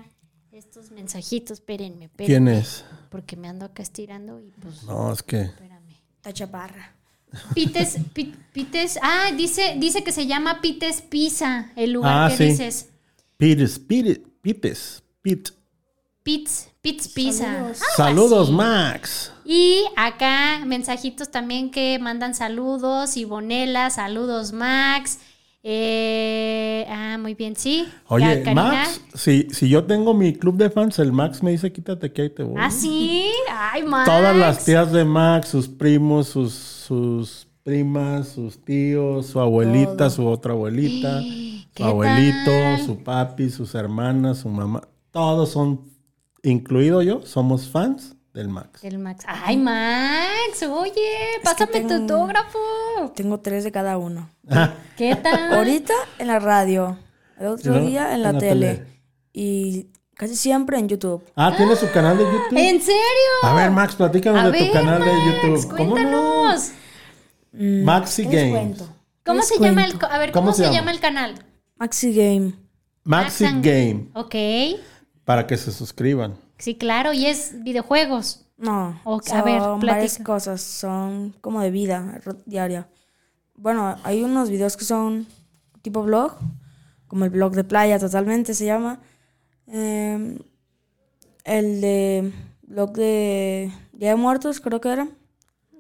S1: estos mensajitos. Espérenme, espérenme.
S2: ¿Quién es?
S1: Porque me ando acá estirando y pues,
S2: No, es que...
S1: espérame.
S3: Tachaparra.
S1: Pites, Pi- Pites, ah, dice, dice que se llama Pites Pizza, el lugar
S2: Ah,
S1: que
S2: sí.
S1: dices.
S2: Pires, Pires, Pipes, Pit.
S1: Pits, Pits Pizza.
S3: Saludos.
S1: Algo
S2: Saludos,
S1: así.
S2: Max.
S1: Y acá mensajitos también que mandan saludos, Ibonela, saludos Max. Eh, ah, muy bien, sí. Ya,
S2: Oye,
S1: Karina.
S2: Max, si, si yo tengo mi club de fans, el Max me dice quítate que ahí te voy.
S1: Ah, sí. Ay, Max.
S2: Todas las tías de Max, sus primos, sus, sus primas, sus tíos, su abuelita, su otra abuelita,
S1: ¿Qué
S2: su abuelito,
S1: tal?
S2: su papi, sus hermanas, su mamá. Todos son, incluido yo, somos fans del Max.
S1: El Max. Ay, Max, oye, pásame tu
S3: tengo-
S1: autógrafo.
S3: Tengo tres de cada uno.
S1: ¿Qué tal?
S3: Ahorita en la radio, el otro
S2: Y luego
S3: día en la, tele. y casi siempre en YouTube.
S2: Ah, tiene su canal de YouTube.
S1: ¿En serio?
S2: A ver, Max, platícanos
S1: A
S2: de
S1: ver,
S2: tu canal
S1: Max,
S2: de YouTube. no?
S1: Cuéntanos.
S3: Mm,
S2: Maxi
S3: ¿qué les
S2: Games.
S3: cuento?
S1: ¿Cómo
S3: Les
S1: se llama el
S3: cuento.
S1: co- a ver,
S2: ¿Cómo
S1: ¿cómo,
S2: se
S1: se,
S2: llama?
S1: llama el canal?
S3: Maxi Game.
S2: Maxi
S1: Max and-
S2: Game,
S1: Ok.
S2: para que se suscriban.
S1: Sí, claro, y es videojuegos.
S3: No.
S1: Ok, a ver,
S3: son varias
S1: platica.
S3: cosas, son como de vida ro- diaria. Bueno, hay unos videos que son tipo blog, como el blog de playa totalmente se llama. Eh, el de blog de Día de Muertos, creo que era.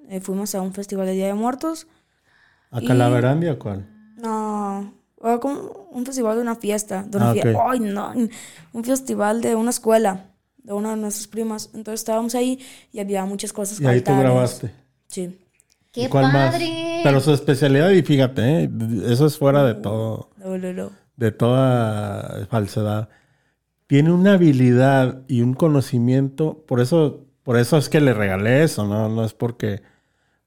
S3: Eh, fuimos a un festival de Día de Muertos.
S2: ¿A
S3: Y-
S2: Calaverandia o cuál?
S3: No, fue como un festival de una fiesta. De una
S2: Ah,
S3: fie-
S2: ok.
S3: ¡Ay, no! Un festival de una escuela, de una de nuestras primas. Entonces estábamos ahí y había muchas cosas.
S2: Y ahí tú
S3: altares.
S2: grabaste.
S3: Sí.
S1: ¡Qué
S2: ¿Y cuál más?
S1: padre!
S2: Pero su especialidad, y fíjate, ¿eh? eso es fuera
S3: Mm.
S2: de todo,
S3: Lo, lo, lo.
S2: de toda falsedad. Tiene una habilidad y un conocimiento, por eso, por eso es que le regalé eso, ¿no? No es porque,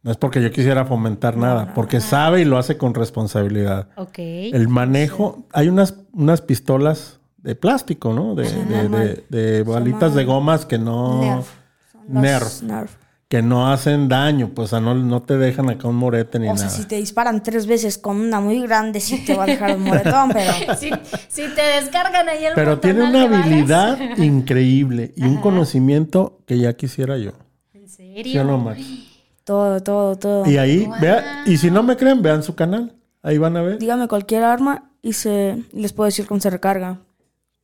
S2: no es porque yo quisiera fomentar nada, porque sabe y lo hace con responsabilidad.
S1: Ok.
S2: El manejo, hay unas, unas pistolas de plástico, ¿no? De, de, de- de bolitas de gomas que no.
S3: Nerf. Son las
S2: Oh, Nerf.
S3: Nerf.
S2: que no hacen daño, pues o sea, no, no te dejan acá un morete ni
S3: O
S2: nada.
S3: sea, si te disparan tres veces con una muy grande, sí te va a dejar un moretón, pero.
S1: si, si te descargan ahí el
S2: Pero tiene una
S1: botonal de
S2: habilidad
S1: balas.
S2: increíble y un conocimiento que ya quisiera yo.
S1: ¿En
S2: ¿Sí o
S1: serio?
S2: no, Max?
S3: Todo, todo, todo.
S2: Y ahí,
S1: Guau.
S2: vea, y si no me creen, vean su canal. Ahí van a ver.
S3: Dígame cualquier arma y se y les puedo decir cómo se recarga.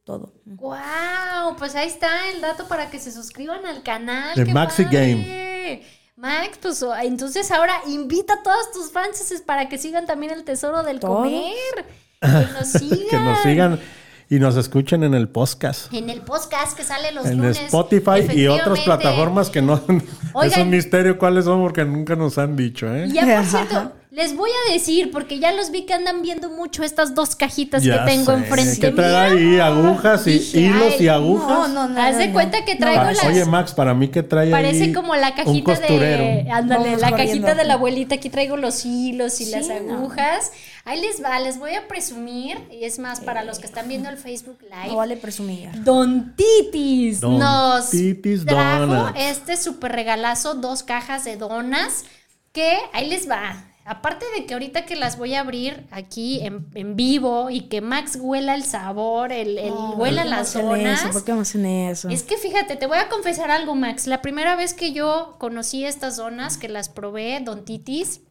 S3: Todo.
S1: ¡Wow! Pues ahí está el dato para que se suscriban al canal.
S2: De
S1: ¡Qué
S2: Maxi
S1: padre!
S2: Game.
S1: Max, pues o- entonces ahora invita a todos tus franceses para que sigan también el tesoro del
S3: ¿Todos?
S1: comer. Que nos sigan.
S2: Que nos sigan y nos escuchen en el podcast.
S1: En el podcast que sale los
S2: En
S1: lunes.
S2: Spotify y otras
S1: Efectivamente.
S2: plataformas que no... es
S1: Oigan.
S2: un misterio cuáles son porque nunca nos han dicho, ¿eh?
S1: Y ya, por cierto,
S3: Ajá.
S1: les voy a decir, porque ya los vi que andan viendo mucho estas dos cajitas
S2: Ya
S1: que tengo
S2: sé,
S1: enfrente
S2: ¿Qué trae
S1: mía.
S2: ahí? ¿Agujas y
S1: Dije,
S2: hilos
S1: ay,
S2: y agujas?
S3: No, no, no.
S1: Haz de
S3: no.
S1: cuenta que
S3: No,
S1: traigo
S2: Pa-
S1: las...
S2: Oye, Max, para mí que trae ahí
S1: Parece como la
S2: un
S1: cajita
S2: costurero.
S1: de... Ándale,
S3: Vamos
S1: la
S3: corriendo.
S1: cajita de la abuelita. Aquí traigo los hilos y las
S3: Sí, no.
S1: agujas. Ahí les va, les voy a presumir. Y es más, para los que están viendo el Facebook Live.
S3: No vale presumir.
S1: Don Titis
S2: Don
S1: nos
S2: Titis
S1: trajo
S2: Donuts.
S1: este super regalazo, dos cajas de donas, que ahí les va. Aparte de que ahorita que las voy a abrir aquí en, en vivo y que Max huela el sabor, el, el huela las
S3: ¿Por qué me hacen
S1: donas.
S3: eso? ¿Por qué me hacen eso?
S1: Es que fíjate, te voy a confesar algo, Max. La primera vez que yo conocí estas donas, que las probé, Don Titis,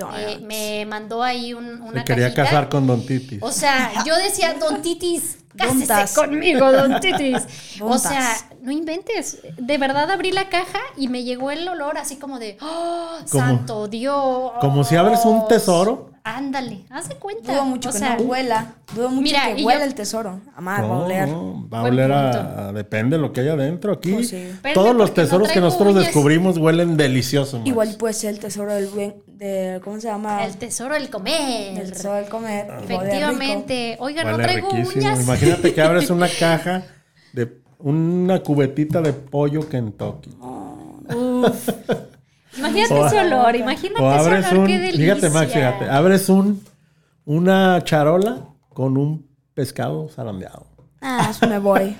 S3: Ah,
S1: eh, me mandó ahí un- una
S2: Se quería
S1: cajita.
S2: casar con Don Titis.
S1: O sea, yo decía, Don Titis, cásese
S3: Dontas.
S1: conmigo, Don Titis. o
S3: Dontas.
S1: sea, no inventes. De verdad abrí la caja y me llegó el olor así como de, ¡Oh,
S2: Como-
S1: santo Dios!
S2: como si abres un tesoro
S1: Ándale, haz de cuenta.
S3: Dudo mucho
S1: O
S3: que
S1: sea,
S3: no huela. Dudo mucho
S1: Mira, y
S3: que
S1: yo-
S3: huela el tesoro. Amar, Ah, va a
S2: No,
S3: oler.
S2: no, va a
S1: Buen
S2: oler
S1: punto.
S2: a, a- Depende de lo que hay adentro aquí.
S3: Pues sí.
S1: Espérame,
S2: Todos los
S1: porque no
S2: tesoros que
S1: traigo
S2: nosotros
S1: uñas.
S2: descubrimos huelen delicioso. Max.
S3: Igual puede ser el tesoro del buen. De, ¿Cómo se llama?
S1: El tesoro del comer.
S3: El tesoro del comer. y huele rico.
S1: Efectivamente. Oigan, no
S2: Huele
S1: traigo
S2: riquísimo.
S1: uñas.
S2: Imagínate que abres una caja de una cubetita de pollo Kentucky.
S1: Uf. Imagínate ese olor, imagínate
S2: O abres
S1: ese olor,
S2: un.
S1: qué delicia.
S2: Fíjate, Max, fíjate. Abres un, una charola con un pescado zarandeado.
S3: Ah, eso me voy.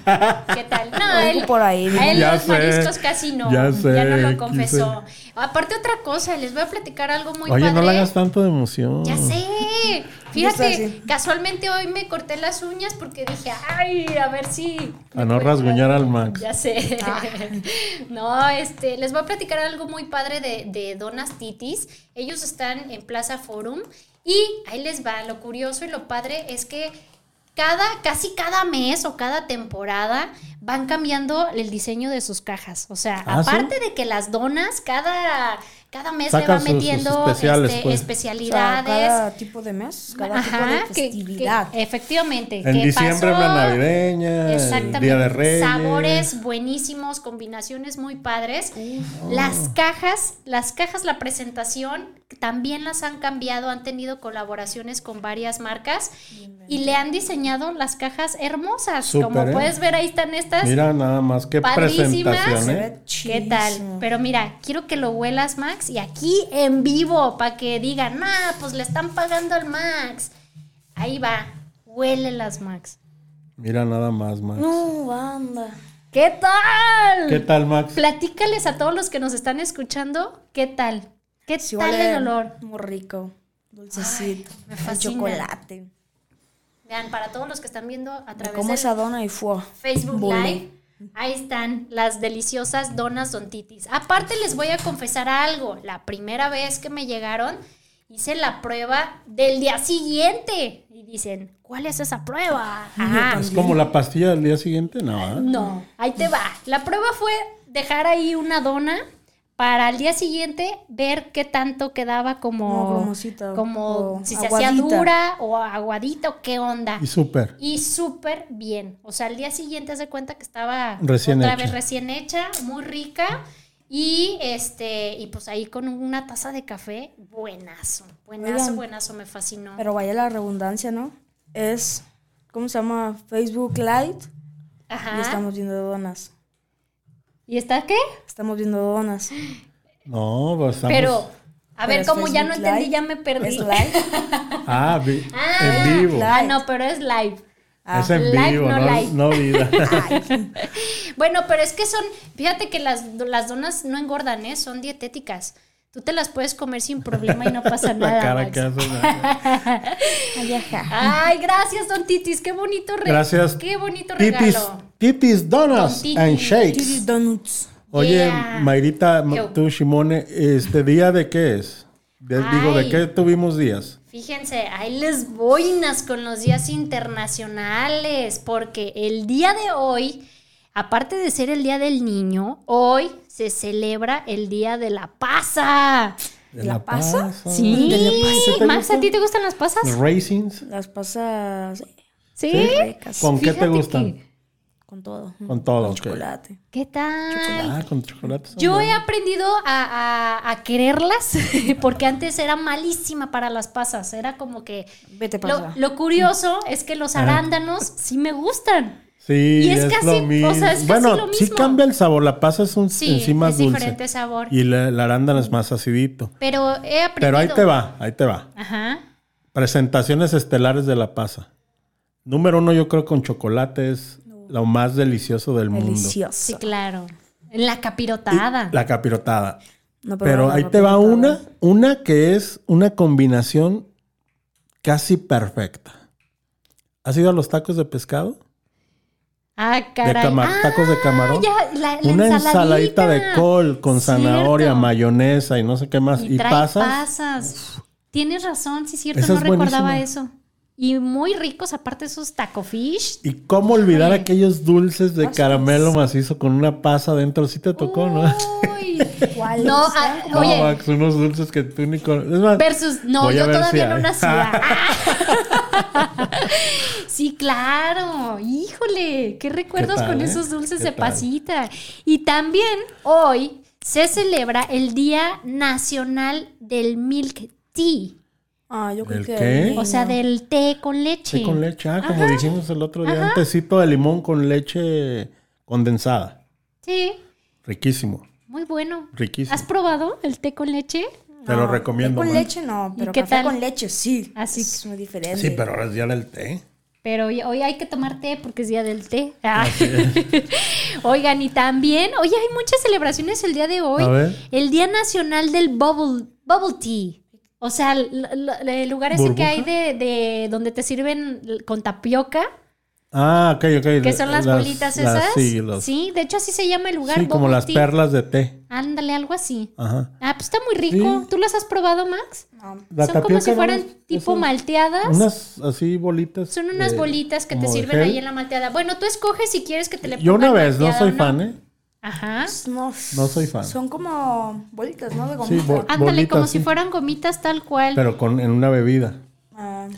S1: ¿Qué tal? No, a
S3: Algo
S1: él,
S3: por ahí.
S1: a él
S2: Ya
S1: los
S2: sé,
S1: mariscos casi no.
S2: ya sé,
S1: no lo
S2: quise.
S1: confesó. Aparte, otra cosa, les voy a platicar algo muy
S2: Oye,
S1: padre.
S2: no le hagas tanto de emoción.
S1: Ya sé.
S3: Ya
S1: Fíjate,
S3: está así.
S1: casualmente hoy me corté las uñas porque dije, ay, a ver si.
S2: A Ah, no rasguñar al Max.
S1: Ya sé. No, este, les voy a platicar algo muy padre de, de Donas Titis. Ellos están en Plaza Forum y ahí les va. Lo curioso y lo padre es que cada, casi cada mes o cada temporada van cambiando el diseño de sus cajas. O sea,
S2: ¿Ah, sí?
S1: aparte de que las donas cada, cada mes le
S2: Sacan
S1: van
S2: sus- sus
S1: metiendo
S2: especiales,
S1: este,
S2: pues.
S3: O sea,
S1: especialidades.
S3: cada tipo de mes, cada
S1: Ajá,
S3: tipo de
S1: que- eh,
S3: festividad.
S1: que- efectivamente.
S2: En
S1: que
S2: diciembre
S1: pasó-
S2: una navideña, el día de reyes.
S1: Sabores buenísimos, combinaciones muy padres. Las cajas, las cajas, la presentación también las han cambiado, han tenido colaboraciones con varias marcas y le han diseñado las cajas hermosas.
S2: Súper,
S1: Como
S2: ¿eh?
S1: puedes ver, ahí están estas.
S2: Mira nada más qué
S1: Padrísimas.
S2: presentación,
S3: Se
S2: ¿eh?
S3: ve
S1: ¿Qué
S3: chidísimo.
S1: tal? Pero mira, quiero que lo huelas, Max, y aquí en vivo, para que digan, ah, pues le están pagando al Max. Ahí va, huélelas, Max.
S2: Mira nada más, Max.
S3: No, banda.
S1: ¿Qué tal?
S2: ¿Qué tal, Max?
S1: Platícales a todos los que nos están escuchando, ¿qué tal? ¿Qué
S3: Sí,
S1: tal
S3: huele
S1: el olor?
S3: Muy rico. Dulcecito.
S1: me
S3: el
S1: fascina.
S3: chocolate.
S1: Vean, para todos los que están viendo a
S3: Me
S1: través
S3: como
S1: de
S3: esa dona y fue.
S1: Facebook
S3: Volé.
S1: Live, ahí están las deliciosas donas Don Titis. Aparte les voy a confesar algo, la primera vez que me llegaron hice la prueba del día siguiente y dicen, ¿cuál es esa prueba? Ah,
S2: ¿Es como la pastilla del día siguiente? No, ¿eh?
S1: No, ahí te va. La prueba fue dejar ahí una dona para al día siguiente ver qué tanto quedaba como
S3: Como cremosita,
S1: como
S3: o
S1: si se hacía
S3: aguadita.
S1: dura o aguadita o qué onda.
S2: Y súper.
S1: Y súper bien. O sea, al día siguiente se cuenta que estaba
S2: Recién
S1: otra
S2: hecha.
S1: vez recién hecha, muy rica. Y este, y pues ahí con una taza de café, buenazo, buenazo,
S3: Oigan,
S1: buenazo, me fascinó.
S3: Pero vaya la redundancia, ¿no? Es, ¿cómo se llama? Facebook Live.
S1: Ajá.
S3: Y estamos viendo donas.
S1: ¿Y está qué?
S3: Estamos viendo donas.
S2: No, pues estamos...
S1: Pero, a ver,
S3: es
S1: como ya no
S3: Facebook
S1: entendí,
S3: Live,
S1: ya me perdí.
S3: Es live.
S2: Ah, vi-
S1: Ah,
S2: en vivo.
S3: la-
S1: Ah,
S3: Live.
S1: no, pero es live.
S3: Ah,
S2: es en
S1: live,
S2: vivo,
S1: no
S2: no,
S1: live.
S2: no vida.
S1: Bueno, pero es que son, fíjate que las, las donas no engordan, ¿eh? Son dietéticas. Tú te las puedes comer sin problema y no pasa nada.
S2: la cara
S1: Max.
S2: que hace. Max.
S3: Ay, ajá.
S1: Ay, gracias, don Titis. Qué bonito regalo.
S2: Gracias.
S1: Qué bonito
S2: Titis,
S1: regalo.
S2: titis Donuts
S1: Con titis.
S2: and Shakes.
S3: Cheesy Donuts.
S2: Oye,
S1: Yeah.
S2: Mayrita, ma-
S1: Yo.
S2: tú, Shimone, ¿este día de qué es? De- digo,
S1: Ay.
S2: ¿de qué tuvimos días?
S1: Fíjense, ahí les boinas con los días internacionales, porque el día de hoy, aparte de ser el día del niño, hoy se celebra el día de la pasa.
S2: ¿De
S3: ¿La pasa?
S1: Sí,
S3: ¿De la pasa
S2: te
S1: Max, ¿a
S2: gusta?
S1: ti te gustan las pasas?
S2: ¿Los racings?
S3: Las pasas
S1: Sí.
S3: ricas.
S2: ¿Con qué te
S1: Fíjate
S2: gustan? Mm,
S1: que-
S3: Con todo.
S2: Con todo. ok.
S3: Chocolate.
S1: ¿Qué tal?
S2: Ah, con chocolate. son
S1: Yo he
S2: buenos.
S1: aprendido a, a- a quererlas porque antes era malísima para las pasas. Era como que...
S3: Vete
S1: Lo,
S3: pasa.
S1: lo curioso es que los
S2: Ajá.
S1: arándanos sí me gustan.
S2: Sí,
S1: y es casi-
S2: lo
S1: o
S2: mismo.
S1: sea, es casi
S2: bueno,
S1: lo
S2: sí
S1: mismo.
S2: cambia el sabor. La pasa es un
S1: Sí,
S2: encima
S1: es
S2: dulce.
S1: diferente sabor.
S2: Y la, la arándana es más acidito.
S1: Pero he aprendido...
S2: Pero ahí te va, ahí te va.
S1: Ajá.
S2: Presentaciones estelares de la pasa. Número uno, yo creo con chocolate es lo más delicioso del mundo.
S3: Delicioso.
S1: Sí, claro. La capirotada.
S2: La capirotada.
S3: No,
S2: Pero
S3: la
S2: ahí te va
S3: ropa
S2: una,
S3: pintada.
S2: una que es una combinación casi perfecta. ¿Has ido a los tacos de pescado?
S1: Ah, caray.
S2: De cama-
S1: Ah,
S2: tacos de camarón.
S1: ya, la- la
S2: una
S1: ensaladita.
S2: ensaladita de col con
S1: Cierto.
S2: zanahoria, mayonesa y no sé qué más.
S1: Y,
S2: Y,
S1: trae
S2: pasas.
S1: pasas. Tienes razón, sí, cierto.
S2: Esa
S1: no
S2: es
S1: recordaba
S2: buenísima.
S1: eso. Y muy ricos, aparte esos taco fish.
S2: ¿Y cómo olvidar aquellos dulces de caramelo macizo con una pasa adentro? Sí te tocó, ¿no?
S1: Uy.
S3: ¿Cuál?
S1: No,
S3: O sea,
S1: ah,
S2: No,
S1: oye,
S2: Max, unos dulces que tú ni con... Es más,
S1: versus, no,
S2: voy a
S1: yo
S2: ver si
S1: todavía no
S2: hay.
S1: nacía. Ah. sí, claro. Híjole, qué recuerdos
S2: ¿Qué tal,
S1: con
S2: eh?
S1: esos dulces
S2: ¿Qué
S1: de
S2: tal?
S1: pasita. Y también hoy se celebra el Día Nacional del Milk Tea,
S3: Ah, yo creo
S2: ¿El
S3: que.
S2: qué?
S1: o sea, del té con leche.
S2: té con leche. Ah, como dijimos el otro día, un tecito de limón con leche condensada.
S1: Sí,
S2: Riquísimo,
S1: muy bueno.
S2: riquísimo.
S1: ¿Has probado el té con leche?
S2: Te lo
S3: No,
S2: recomiendo,
S3: Con
S2: Max.
S3: leche no, pero
S1: qué
S3: café
S1: tal? Ah,
S3: con leche sí.
S1: Así
S3: Es muy diferente.
S2: Sí, pero ahora es día del té.
S1: Pero hoy, hoy hay que tomar té porque es día del té. Ah. Oigan, y también, oye, hay muchas celebraciones el día de hoy.
S2: A ver.
S1: El Día Nacional del Bubble, bubble Tea. O sea, l- l- el lugar ese que
S2: ¿Burbuja?
S1: hay de, de donde te sirven l- con tapioca,
S2: Ah, ok, ok.
S1: que son las, bolitas
S2: las-
S1: esas.
S2: sí, los-
S1: Sí, de hecho así se llama el lugar.
S2: sí, como
S1: bubble
S2: las
S1: tea.
S2: perlas de té.
S1: Ándale, algo así.
S2: Ajá.
S1: Ah, pues está muy rico.
S2: Sí.
S1: ¿Tú las has probado, Max?
S3: No.
S2: La
S1: son como
S2: tapioca,
S1: si fueran
S2: unas-
S1: tipo
S2: esas-
S1: malteadas.
S2: Unas así bolitas.
S1: Son unas
S2: de-
S1: bolitas que te
S2: Eh, como de
S1: sirven
S2: gel.
S1: ahí en la malteada. Bueno, tú escoges si quieres que te le
S2: Yo una
S1: pongan
S2: vez, no
S1: malteada
S2: soy
S1: o
S2: fan, ¿eh?
S1: Ajá.
S3: No,
S2: No soy fan.
S3: Son como bolitas, ¿no? De
S2: Sí,
S3: gomita.
S2: bo-
S1: Ándale,
S2: bolitas,
S1: como
S2: sí,
S1: si fueran gomitas tal cual.
S2: Pero con, en una bebida.
S3: Ah,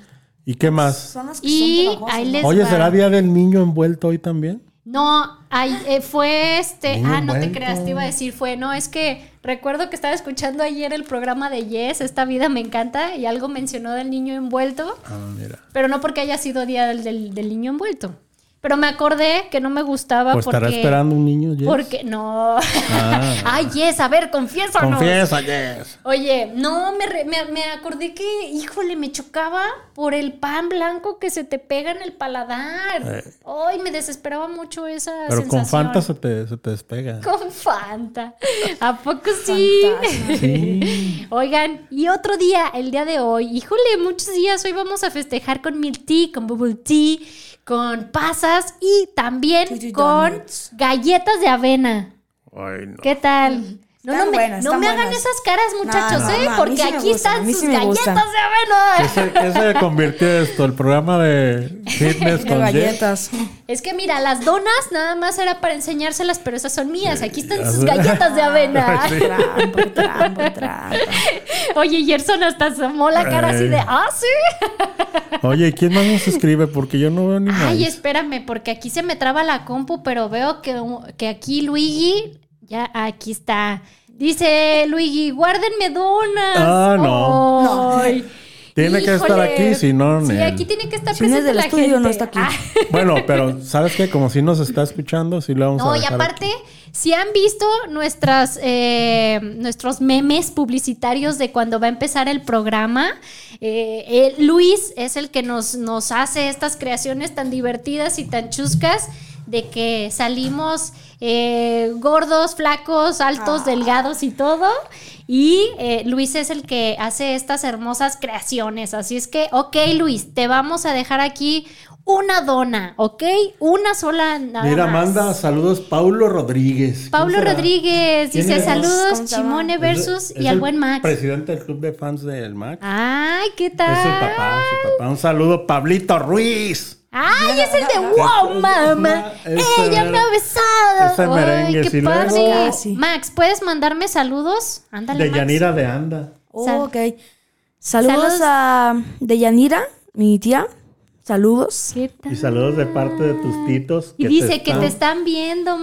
S2: ¿Y qué más?
S3: son las que
S1: Y
S3: son pegajosas,
S1: ahí
S3: ¿no?
S1: les-
S2: Oye,
S1: va.
S2: ¿será Día del Niño envuelto hoy también?
S1: No, ay, eh, fue este.
S2: Niño
S1: ah, no te
S2: envuelto.
S1: creas, te iba a decir, fue. No, es que recuerdo que estaba escuchando ayer el programa de Yes, Esta vida me encanta, y algo mencionó del niño envuelto,
S2: Ah, mira.
S1: pero no porque haya sido día del, del- del niño envuelto. Pero me acordé que no me gustaba
S2: ¿O Pues estará
S1: porque.
S2: esperando un niño? Jess?
S1: Porque no.
S2: Ah.
S1: Ay, Yes, a ver, confiésanos.
S2: Confiesa, Jess.
S1: Oye, no, me, re- me, me acordé que, híjole, me chocaba por el pan blanco que se te pega en el paladar.
S2: Eh.
S1: Ay, me desesperaba mucho esa
S2: Pero
S1: sensación.
S2: con Fanta se te, se te despega.
S1: Con Fanta. ¿A poco sí?
S3: Fantasma.
S1: Oigan, y otro día, el día de hoy, híjole, muchos días hoy vamos a festejar con milk tea, con bubble tea, con pasas y también
S3: Tutti
S1: con
S3: donuts.
S1: galletas de avena.
S2: Ay, no.
S1: ¿Qué tal? No, no
S3: Están
S1: me,
S3: buenas,
S1: no
S3: están
S1: me hagan
S3: buenas.
S1: esas caras, muchachos,
S3: No, no,
S1: ¿eh?
S3: no, a mí
S1: Porque
S3: sí me
S1: aquí
S3: gustan, a
S1: están
S3: mí
S1: sus
S3: sí me
S1: galletas
S3: gustan.
S1: de avena.
S2: ¿Qué, qué se convirtió esto? El programa de fitness con Jess.
S3: De galletas.
S1: Es que mira, las donas nada más era para enseñárselas, pero esas son mías. Aquí están
S2: ya
S1: sus
S2: sé.
S1: galletas de avena.
S3: Ah, Trampa, trampa, trampa.
S1: Oye, Gerson hasta asomó la cara así de,
S2: Ay.
S1: ah, sí.
S2: Oye, ¿quién más nos escribe? Porque yo no veo ni
S1: Ay,
S2: más.
S1: espérame, porque aquí se me traba la compu, pero veo que, que aquí Luigi, ya aquí está. Dice Luigi, guárdenme donas.
S2: Ah, no.
S1: Ay.
S2: Tiene que estar
S1: Híjole.
S2: aquí, si no,
S1: Sí,
S2: nel.
S1: aquí tiene que estar
S3: Si no es
S1: presente
S3: del
S1: la
S3: estudio,
S1: gente.
S3: no está aquí.
S1: Ah.
S2: Bueno, pero ¿sabes qué? Como si nos está escuchando, sí lo vamos a
S1: No, y
S2: dejar
S1: aparte, si han visto nuestras, eh, nuestros memes publicitarios de cuando va a empezar el programa, eh, eh, Luis es el que nos, nos hace estas creaciones tan divertidas y tan chuscas de que salimos eh, gordos, flacos, altos, delgados y todo. Y eh, Luis es el que hace estas hermosas creaciones. Así es que, ok, Luis, te vamos a dejar aquí una dona, ¿ok? Una sola nada
S2: Mira,
S1: más.
S2: manda saludos Paulo Rodríguez. ¿Quién
S1: Pablo
S2: será?
S1: Rodríguez
S2: ¿Quién
S1: dice
S2: es?
S1: saludos,
S3: ¿Cómo se llama?
S1: Chimone
S2: Es-
S1: versus
S2: es
S1: y al
S2: el
S1: buen Max.
S2: Presidente del club de fans del Max.
S1: Ay, ¿qué tal?
S2: Es su papá, su papá. Un saludo, Pablito Ruiz.
S1: Ay, es el de wow, mamá.
S2: Ese
S1: Ella
S2: mero.
S1: me ha besado.
S2: Ese
S1: Ay,
S2: merengue,
S1: qué
S2: sí,
S1: padre.
S2: luego.
S3: Casi.
S1: Max, ¿puedes mandarme saludos? Ándale,
S2: De
S1: Max.
S2: Yanira de Anda.
S1: Sal-
S3: Oh, ok. Saludos
S1: Saludos.
S3: a Deyanira, mi tía. Saludos.
S1: ¿Qué tal?
S2: Y saludos de parte de tus titos.
S1: Y dice que
S2: están-
S1: te están viendo,
S2: Ay,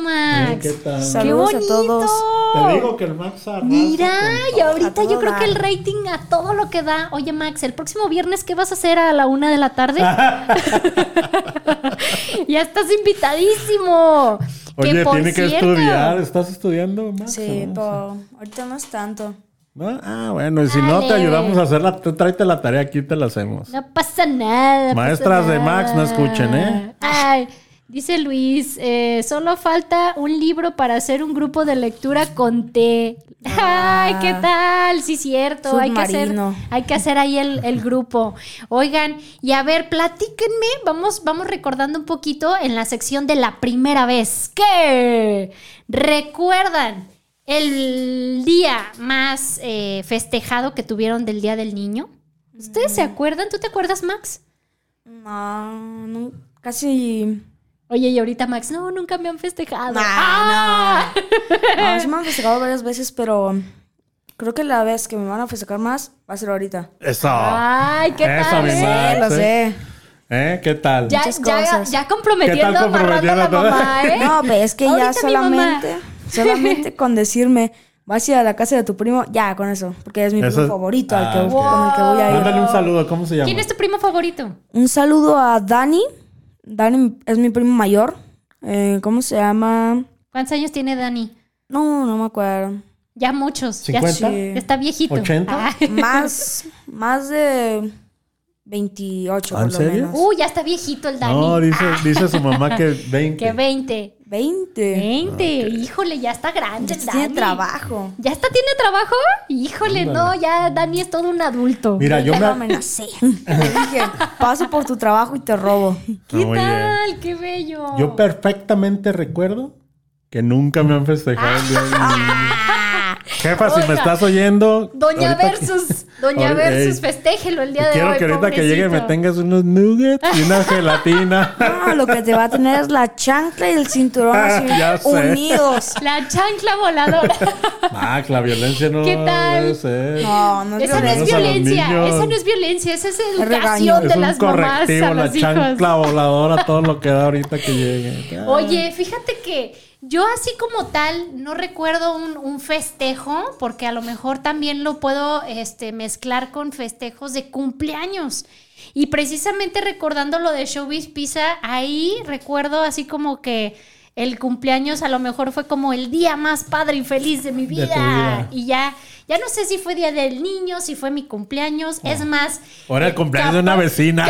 S1: Max.
S2: ¿Qué tal?
S1: ¡Qué
S3: Saludos a
S1: bonito!
S3: todos.
S2: Te digo que el Max arrasa
S1: ¡Oh! Mira,
S2: con
S1: y
S2: todo.
S1: ahorita
S3: A todo
S1: yo creo que el
S3: dar.
S1: rating a todo lo que da. Oye, Max, el próximo viernes, ¿qué vas a hacer a la una de la tarde? ya estás invitadísimo.
S2: Oye,
S1: por
S2: tiene que
S1: cierto-
S2: estudiar. ¿Estás estudiando, Max?
S3: Sí,
S2: ¿O no?
S3: pero ahorita no es tanto.
S2: ¿No? Ah, bueno, y si no te
S1: Dale.
S2: ayudamos a hacerla, tú tráete la tarea, aquí te la hacemos.
S1: No pasa nada. pasa
S2: Maestras de
S1: nada.
S2: Max, no escuchen, ¿eh?
S1: Ay, dice Luis, eh, solo falta un libro para hacer un grupo de lectura con té. Ay, ¿qué tal? Sí, cierto. Hay que, hacer,
S3: Submarino.
S1: hay que hacer ahí el, el grupo. Oigan, y a ver, platíquenme. Vamos, vamos recordando un poquito en la sección de la primera vez. ¿Qué? ¿Recuerdan el día más eh, festejado que tuvieron del Día del Niño? ¿Ustedes se acuerdan? ¿Tú te acuerdas, Max?
S3: No, no, casi.
S1: Oye, y ahorita Max, no, nunca me han festejado.
S3: Nah,
S1: ¡Ah!
S3: No, sí me han festejado varias veces, pero creo que la vez que me van a festejar más va a ser ahorita.
S2: Eso.
S1: Ay, ¿qué
S2: Eso,
S1: tal?
S2: mi
S1: eh?
S2: madre.
S3: Sí, lo sé.
S2: ¿Eh? ¿Qué tal?
S1: Ya,
S3: Muchas
S1: ya,
S3: cosas.
S1: ya comprometiendo,
S2: ¿Qué tal
S1: amarrando a la
S2: comprometiendo
S1: mamá, ¿eh?
S3: No, pero es que
S1: Ahorita
S3: ya
S1: mi mamá.
S3: solamente, solamente con decirme, vas a ir a la casa de tu primo, ya con eso, porque es mi
S2: Eso-
S3: primo favorito al que,
S2: Ah, ok.
S3: con el que voy a ir.
S2: Mándale un saludo, ¿cómo se llama?
S1: ¿Quién es tu primo favorito?
S3: Un saludo a Dani. Dani es mi primo mayor. Eh, ¿Cómo se llama?
S1: ¿Cuántos años tiene Dani?
S3: No, no me acuerdo.
S1: Ya muchos. Ya,
S2: ¿50?
S3: sí.
S1: ya está viejito.
S2: ¿80?
S1: Ah.
S3: Más, más de 28,
S2: ¿Ah, ¿En
S3: por lo
S2: serio?
S3: menos.
S1: Uh, ya está viejito el Dani.
S2: No, dice,
S1: Ah,
S2: dice su mamá que 20.
S1: que 20.
S3: 20.
S1: 20. Híjole, ya está grande.
S3: Ya
S1: Eh, Dani.
S3: Tiene trabajo.
S1: ¿Ya está, tiene trabajo? Híjole,
S2: Ándale.
S1: no, ya Dani es todo un adulto.
S2: Mira, yo
S3: Ya
S2: me.
S3: lo amenacé. Le dije, paso por tu trabajo y te robo.
S1: ¿Qué
S2: Oye,
S1: tal? ¡Qué bello!
S2: Yo perfectamente recuerdo que nunca me han festejado el día del niño. Jefa, si
S1: Oiga.
S2: me estás oyendo.
S1: Doña
S2: ahorita que-
S1: Versus, Doña
S2: Ahorita-
S1: Versus,
S2: ey.
S1: festéjelo el día de
S2: Quiero
S1: hoy.
S2: que ahorita que
S1: pobrecito.
S2: llegue me tengas unos nuggets y una gelatina.
S3: No, lo que te va a tener es la chancla y el cinturón así
S2: Ya sé.
S3: unidos.
S1: La chancla voladora.
S2: Max, Ah, la violencia no
S1: ¿Qué tal?
S2: debe ser.
S3: No, no es
S1: Esa no es
S2: Regalos a los
S1: violencia,
S2: niños.
S1: esa no es violencia, esa es
S3: regaño.
S1: educación
S2: Es
S1: de
S2: un
S1: las mamás
S2: correctivo,
S1: a
S2: la
S1: los hijos.
S2: chancla voladora, todo lo que da ahorita que llegue.
S1: Oye, fíjate que yo así como tal no recuerdo un, un festejo, porque a lo mejor también lo puedo este, mezclar con festejos de cumpleaños. Y precisamente recordando lo de Showbiz Pizza, ahí recuerdo así como que el cumpleaños a lo mejor fue como el día más padre y feliz de mi
S2: De tu
S1: vida.
S2: vida.
S1: Y ya, ya no sé si fue día del niño, si fue mi cumpleaños.
S2: Ah.
S1: Es más,
S2: Ahora el cumpleaños de una
S1: capaz-
S2: vecina.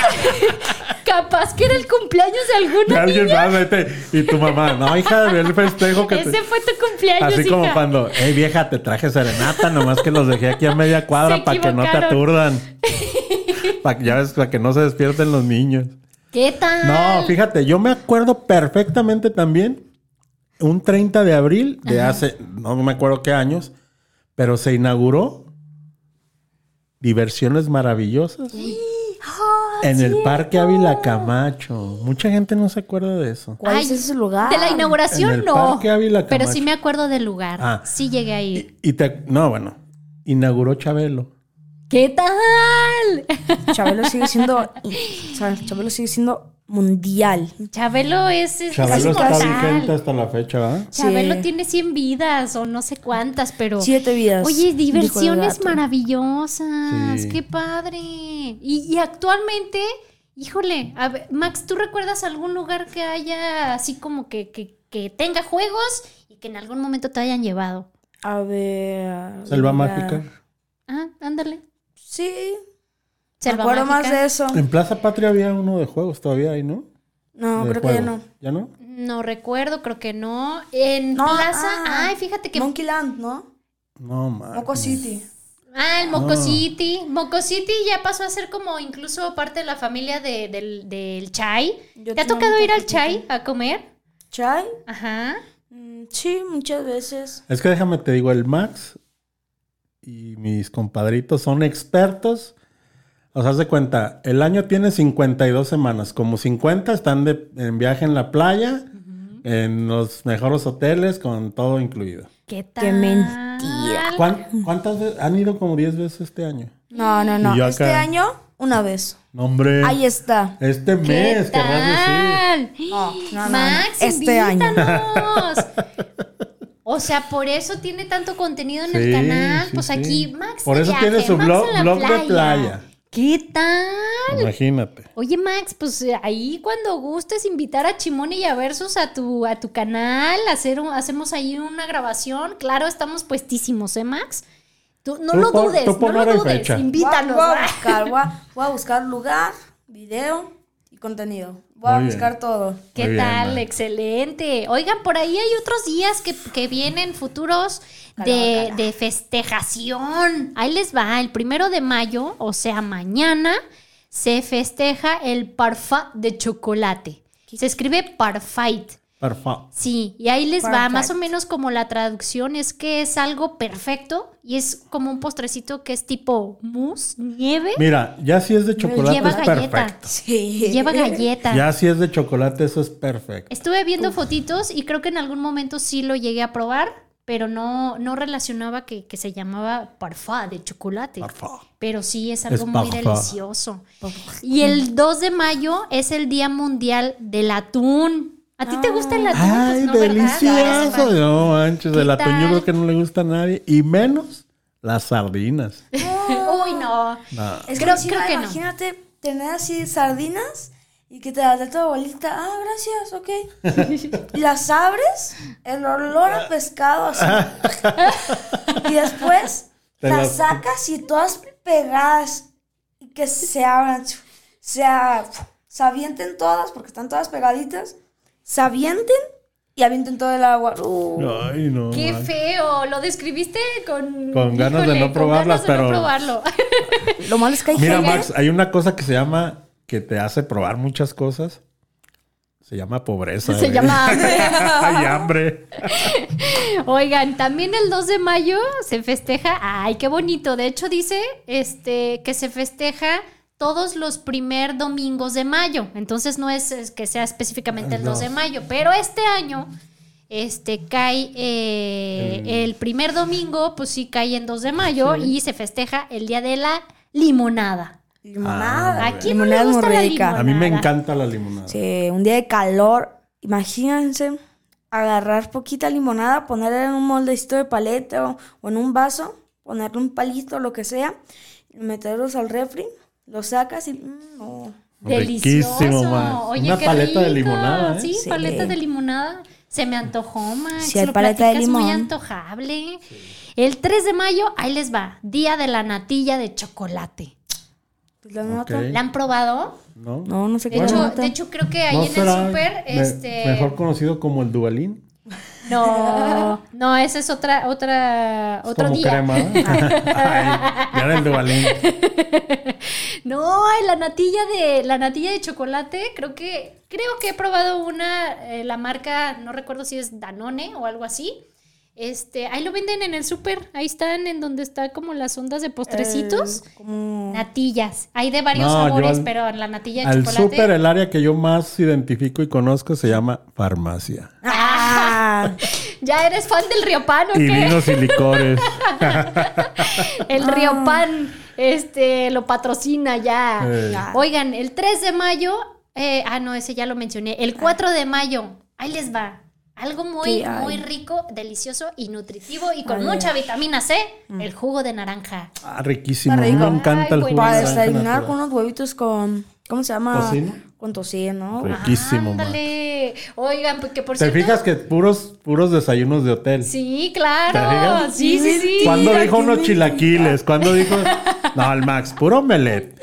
S1: Capaz, capaz que era el cumpleaños de alguna
S2: De alguien
S1: niña.
S2: más, vete. Y tu mamá, no, hija, ve el festejo que te-
S1: Ese fue tu cumpleaños,
S2: Así como
S1: hija.
S2: cuando, hey vieja, te traje serenata, nomás que los dejé aquí a media cuadra
S1: Se
S2: para que no te
S1: equivocaron.
S2: aturdan. Para que, ya ves, para que no se despierten los niños.
S1: ¿Qué tal?
S2: No, fíjate, yo me acuerdo perfectamente también un 30 de abril de hace, no me acuerdo qué años, pero se inauguró Diversiones Maravillosas
S3: Ah,
S2: en el Parque Ávila Camacho. Mucha gente no se acuerda de eso.
S3: ¿Cuál
S1: Ay,
S3: es ese lugar?
S1: De la inauguración
S2: Ah, En el
S1: no.
S2: Parque Ávila
S1: pero
S2: Camacho.
S1: sí me acuerdo del lugar.
S2: Ah.
S1: Sí llegué a ir.
S2: Y, y te, no, bueno, inauguró Chabelo.
S1: ¿Qué tal?
S3: Chabelo sigue siendo. o sea, Chabelo sigue siendo mundial.
S1: Chabelo es, es, es
S2: Chabelo está
S1: inmortal.
S2: vigente hasta la fecha, ¿verdad?
S1: Chabelo
S3: Sí.
S1: tiene 100 vidas o no sé cuántas, pero.
S3: Siete vidas.
S1: Oye, diversiones
S3: maravillosas.
S1: maravillosas.
S2: Sí.
S1: Qué padre. Y, y actualmente, híjole, a ver, Max, ¿tú recuerdas algún lugar que haya así como que, que, que tenga juegos y que en algún momento te hayan llevado?
S3: A ver.
S2: Selva
S3: mira.
S2: Mágica.
S1: Ah, ándale.
S3: Sí. Me
S1: Selva
S3: acuerdo más
S1: Mágica.
S3: de eso.
S2: En Plaza Patria había uno de juegos todavía ahí, ¿no?
S3: No,
S2: De
S3: creo que ya no.
S2: juegos. ¿Ya no?
S1: No recuerdo, creo que no. En
S3: No,
S1: Plaza.
S3: ah,
S1: ay, fíjate que.
S3: Monkey Land, ¿no?
S2: No, man.
S3: Moco City.
S1: ah, el Moco
S2: Ah.
S1: City. Moco City ya pasó a ser como incluso parte de la familia de- del, del Chai.
S3: Yo
S1: ¿Te ha
S3: tenía
S1: tocado
S3: un
S1: ir al
S3: poquito.
S1: Chai a comer?
S3: Chai.
S1: Ajá.
S3: mm, Sí, muchas veces.
S2: Es que déjame te digo, el Max y mis compadritos son expertos. O sea, haz de cuenta, el año tiene 52 semanas. Como 50 están de, en viaje en la playa, en los mejores hoteles, con todo incluido.
S1: ¿Qué tal?
S3: mentira.
S2: ¿Cuán- ¿Cuántas veces? Han ido como 10 veces este año.
S3: No, no, no.
S2: Y yo
S3: Este
S2: acá.
S3: año, una vez.
S2: No, hombre.
S3: Ahí está.
S2: Este
S1: ¿Qué
S2: mes, querrás
S1: tal?
S2: decir.
S3: No, no, no, no.
S1: Max,
S3: Este año.
S1: invítanos. O sea, por eso tiene tanto contenido en el
S2: Sí,
S1: canal.
S2: sí,
S1: pues
S2: sí.
S1: aquí, Max.
S2: Por
S1: de
S2: eso
S1: viaje,
S2: tiene su
S1: Max
S2: blog-
S1: en la
S2: blog de playa.
S1: ¿Qué tal?
S2: Imagínate.
S1: Oye, Max, pues eh, ahí cuando gustes invitar a Chimone y a Versus a tu, a tu canal, hacer un- hacemos ahí una grabación. Claro, estamos puestísimos, ¿eh, Max? Tú, no
S2: Tú
S1: lo
S2: pon-
S1: dudes,
S2: tú
S1: no
S2: pon
S1: lo
S2: hora y
S1: dudes.
S2: fecha.
S1: Invítanos.
S3: Voy a,
S1: va.
S3: buscar, voy a, voy a buscar lugar, video y contenido. Voy a
S2: Muy bien.
S3: buscar todo.
S1: ¿Qué
S2: Muy bien,
S1: tal?
S2: Max.
S1: Excelente. Oigan, por ahí hay otros días que, que vienen futuros de, de festejación. Ahí les va, el primero de mayo, o sea, mañana, se festeja el parfait de chocolate. Se escribe parfait.
S2: Perfecto.
S1: Sí, y ahí les va,
S3: Perfect.
S1: más o menos como la traducción es que es algo perfecto y es como un postrecito que es tipo mousse, nieve,
S2: Mira, ya si es de chocolate
S1: lleva
S2: es
S1: galleta.
S2: perfecto.
S3: Sí.
S1: lleva galleta.
S2: Ya si es de chocolate eso es perfecto.
S1: Estuve viendo fotitos y creo que en algún momento sí lo llegué a probar, pero no, no relacionaba que, que se llamaba parfá de chocolate.
S2: Perfecto.
S1: Pero sí es algo
S2: Es
S1: muy
S2: parfá.
S1: delicioso. Y el 2 de mayo es el Día Mundial del Atún. ¿A ti te gusta el atún? Pues
S2: Ay,
S1: no, ¿verdad?
S2: delicioso. No manches,
S1: ¿Qué
S2: el atún yo
S1: tal?
S2: creo que no le gusta a nadie. Y menos las sardinas.
S1: Uy, no.
S2: No.
S3: Es
S1: Creo-
S3: que si
S1: creo
S3: no,
S1: que no.
S3: imagínate tener así sardinas y que te las dé tu abuelita. Ah, gracias, ok. Y las abres, el olor a pescado así. Y después
S2: Te
S3: las
S2: las-
S3: sacas y todas pegadas. Y que se abran. chu, Se, a- se avienten todas, porque están todas pegaditas. Se avienten y avienten todo el agua. Uh.
S2: Ay, no.
S1: Qué
S2: manches.
S1: feo, lo describiste con...
S2: Con ganas de no
S1: con ganas
S2: probarlas,
S1: de no
S2: pero-
S1: probarlo.
S3: Lo malo es que hay
S2: Mira,
S3: gente.
S2: Max, hay una cosa que se llama que te hace probar muchas cosas. Se llama pobreza.
S1: Se
S2: güey.
S1: llama hambre.
S2: Hay hambre.
S1: Oigan, también el 2 de mayo se festeja, ay, qué bonito, de hecho dice este que se festeja todos los primer domingos de mayo, entonces no es, es que sea específicamente el
S2: No.
S1: 2 de mayo, pero este año este cae eh, el primer domingo, pues sí cae en 2 de mayo y se festeja el día de la limonada.
S3: Limonada.
S2: Ah,
S1: ¿A quién no le
S3: Limonada es
S1: gusta
S3: muy
S1: la
S3: rica.
S1: limonada?
S2: A mí me encanta la limonada.
S3: Sí, un día de calor, imagínense agarrar poquita limonada, ponerla en un moldecito de paleta o, o en un vaso, ponerle un palito, lo que sea, y meterlos al refri, lo sacas y... mm, no.
S1: Delicioso.
S2: Riquísimo, Max.
S1: Oye,
S2: Una
S1: qué
S2: paleta de
S1: rico.
S2: limonada, ¿eh?
S1: Sí,
S3: Sí.
S1: paleta de limonada. Se me antojó, Max.
S3: Sí, hay
S1: Lo
S3: paleta de
S1: platicas muy
S3: limón.
S1: antojable. El 3 de mayo, ahí les va. Día de la natilla de chocolate.
S3: Pues la nota-
S2: Ok.
S1: ¿La han probado?
S2: ¿No,
S3: No, no sé
S1: De,
S3: qué
S1: hecho,
S3: nota.
S1: de hecho, creo que ahí
S2: ¿No
S1: en
S2: será
S1: el súper,
S2: me-
S1: este...
S2: mejor conocido como el dualín.
S1: No, no, esa es otra, otra,
S2: Es
S1: otro
S2: como
S1: día.
S2: crema. Ay, ya era el dualín.
S1: No, la natilla de la natilla de chocolate, creo que creo que he probado una eh, la marca, no recuerdo si es Danone o algo así. Este, ahí lo venden en el súper, ahí están en donde está como las ondas de postrecitos,
S3: Eh, como-
S1: natillas. Hay de varios
S2: No, yo
S1: sabores,
S2: al-
S1: pero la natilla de
S2: Al
S1: chocolate.
S2: súper, eh. el área que yo más identifico y conozco se llama farmacia.
S3: Ah,
S1: Ya eres fan del Riopan o
S2: Y
S1: qué?
S2: vinos y licores.
S1: El Riopan este lo patrocina ya.
S2: Eh.
S3: Ah.
S1: Oigan, el 3 de mayo, eh, ah, no, ese ya lo mencioné. El 4 de mayo, ahí les va. Algo muy,
S3: Ah. ¿Qué hay?
S1: muy rico, delicioso y nutritivo y con
S3: A ver.
S1: mucha vitamina C,
S3: Mm.
S1: el jugo de naranja.
S2: Ah, riquísimo. A mí
S3: Está
S2: me
S3: rico.
S2: encanta
S1: Ay,
S2: el jugo. de
S3: para
S1: buenazo.
S2: naranja
S3: desayunar
S2: natural.
S3: con unos huevitos con... ¿Cómo se llama?
S2: ¿Tocino?
S3: Con tocino.
S2: Riquísimo, man.
S1: Ándale. Oigan, porque por
S2: ¿Te
S1: cierto.
S2: fijas que puros, puros desayunos de hotel?
S1: Sí,
S2: ¿Te
S1: claro.
S2: fijas?
S1: Sí, sí, sí.
S2: ¿Cuándo
S3: Mira,
S2: dijo
S3: qué
S2: unos
S3: rico.
S2: chilaquiles? ¿Cuándo dijo...? No, el Max, puro omelette.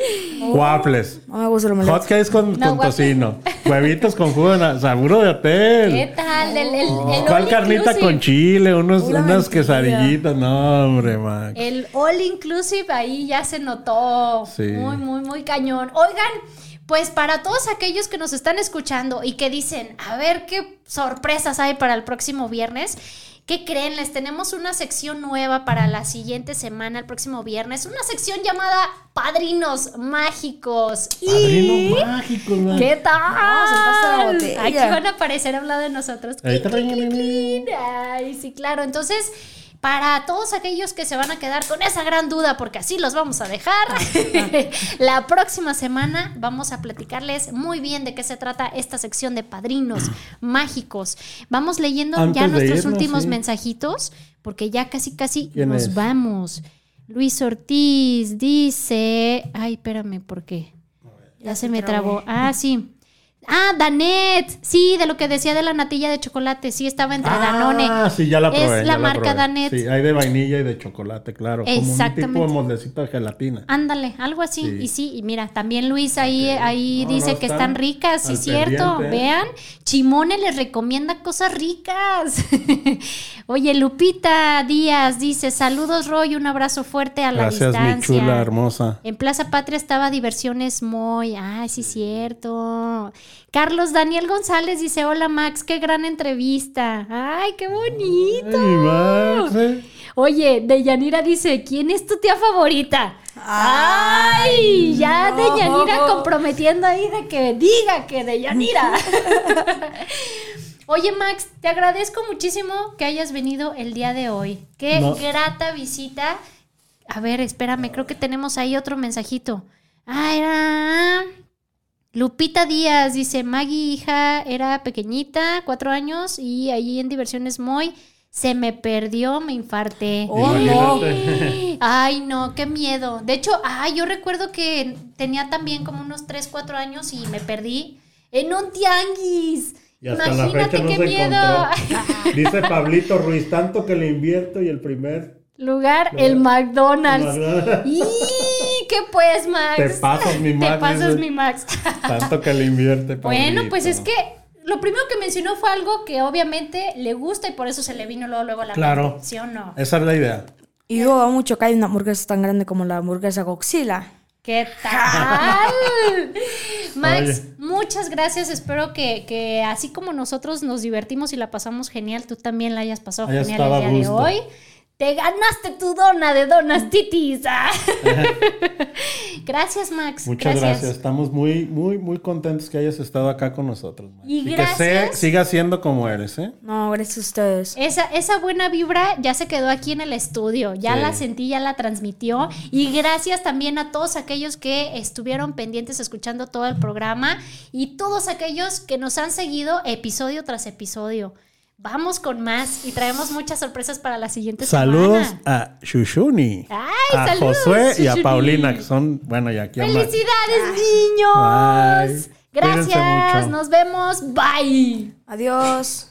S2: Waffles.
S3: No me gusta el omelette.
S2: Hot cakes con,
S1: No,
S2: con
S1: waffles.
S2: tocino. Huevitos con jugo de na- saburo de hotel.
S1: ¿Qué tal? El, el- el
S2: ¿Cuál
S1: all
S2: carnita
S1: inclusive.
S2: con chile? Unos,
S3: Pura
S2: unas
S3: mentira.
S2: quesadillitas. No, hombre, Max.
S1: El all inclusive ahí ya se notó.
S2: Sí.
S1: Muy, muy, muy cañón. Oigan, pues para todos aquellos que nos están escuchando y que dicen, a ver qué sorpresas hay para el próximo viernes. ¿Qué creen? Les tenemos una sección nueva para la siguiente semana, el próximo viernes. Una sección llamada Padrinos Mágicos. Y...
S2: Padrino mágico, Max.
S1: ¿Qué tal?
S3: soltaste la botella.
S1: Aquí van a aparecer a un lado de nosotros.
S2: Ahí está.
S1: Ay, sí, claro. Entonces, para todos aquellos que se van a quedar con esa gran duda, porque así los vamos a dejar, la próxima semana vamos a platicarles muy bien de qué se trata esta sección de padrinos mágicos. Vamos leyendo
S2: Antes
S1: ya
S2: de
S1: nuestros
S2: irnos,
S1: últimos
S2: sí.
S1: mensajitos, porque ya casi, casi
S2: ¿Quién
S1: nos
S2: es?
S1: vamos. Luis Ortiz dice, ay, espérame, ¿por qué? Ya se me trabó. Ah, sí. Ah, Danet. Sí, de lo que decía de la natilla de chocolate. Sí, estaba entre Danone.
S2: Ah, sí, ya la
S1: Es
S2: probé.
S1: la
S2: ya
S1: marca
S2: probé.
S1: Danet.
S2: Sí, hay de vainilla y de chocolate, claro. Como un
S1: Exactamente. Ah,
S2: tipo de moldecito de gelatina.
S1: Ándale, algo así.
S2: Sí.
S1: Y sí, y mira, también Luis ahí,
S2: Ok.
S1: ahí
S2: No,
S1: dice
S2: no,
S1: que
S2: están
S1: están ricas, sí,
S2: al
S1: cierto.
S2: pendiente, ¿eh?
S1: Vean, Chimone les recomienda cosas ricas. Oye, Lupita Díaz dice: Saludos, Roy, un abrazo fuerte a la
S2: Gracias,
S1: distancia.
S2: mi chula hermosa.
S1: En Plaza Patria estaba Diversiones Moy. Ay, sí, cierto. Carlos Daniel González dice, hola Max, qué gran entrevista. Ay, qué bonito.
S2: Ay, Max, eh.
S1: Oye, Deyanira dice, ¿quién es tu tía favorita? Ay, ya
S3: no.
S1: Deyanira comprometiendo ahí de que diga que Deyanira. Oye Max, te agradezco muchísimo que hayas venido el día de hoy. Qué
S2: No.
S1: grata visita. A ver, espérame, creo que tenemos ahí otro mensajito. Ah, era... Lupita Díaz dice, Maggie, hija, era pequeñita, cuatro años, y allí en Diversiones Moy se me perdió, me infarté.
S3: Oh, no.
S2: Imagínate.
S1: Ay, no, qué miedo. De hecho, ah, yo recuerdo que tenía también como unos 3, 4 años y me perdí en un tianguis.
S2: Y hasta la fecha no se encontró. Dice Pablito Ruiz, tanto que le invierto y el primer
S1: Lugar, el McDonald's. ¡Y qué pues, Max!
S2: Te pasas, mi Max,
S1: Te pasas,
S2: dice.
S1: mi Max.
S2: Tanto que le invierte.
S1: Bueno,
S2: Pablito.
S1: pues es que lo primero que mencionó fue algo que obviamente le gusta y por eso se le vino luego, luego a la
S2: Claro.
S1: mente, ¿Sí o no?
S2: Esa es la idea.
S3: Y dudo mucho que hay una hamburguesa tan grande como la hamburguesa Godzilla.
S1: ¿Qué tal? Max,
S2: Oye.
S1: muchas gracias. Espero que, que así como nosotros nos divertimos y la pasamos genial, tú también la hayas pasado
S2: Hayas
S1: genial
S2: estado
S1: el
S2: a
S1: día de
S2: gusto.
S1: hoy. Te ganaste tu dona de donas titis. ah. gracias, Max.
S2: Muchas gracias. Estamos muy, muy, muy contentos que hayas estado acá con nosotros. Max.
S1: Y
S2: que
S1: gracias.
S2: se- siga siendo como eres, ¿eh?
S3: No, gracias a ustedes.
S1: Esa, esa buena vibra ya se quedó aquí en el estudio, ya
S2: Sí.
S1: la sentí, ya la transmitió. Y gracias también a todos aquellos que estuvieron pendientes escuchando todo el programa y todos aquellos que nos han seguido episodio tras episodio. Vamos con más y traemos muchas sorpresas para la siguiente
S2: Saludos
S1: semana.
S2: a Shushuni,
S1: Ay,
S2: a
S1: saludos,
S2: Josué y
S1: Shushuni.
S2: a Paulina, que son, bueno, y aquí a Max.
S1: ¡Felicidades, niños!
S2: Bye.
S1: Gracias,
S2: Cuídense mucho.
S1: nos vemos. Bye.
S3: Adiós.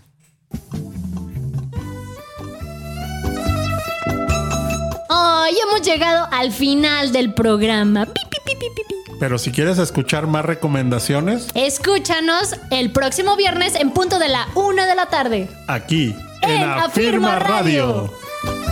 S1: Ay, hemos llegado al final del programa. Pi, pi, pi, pi, pi, pi.
S2: Pero si quieres escuchar más recomendaciones,
S1: Escúchanos el próximo viernes en punto de la una de la tarde.
S2: aquí,
S1: En
S2: en,
S1: Afirma
S2: Afirma
S1: Radio.
S2: Radio.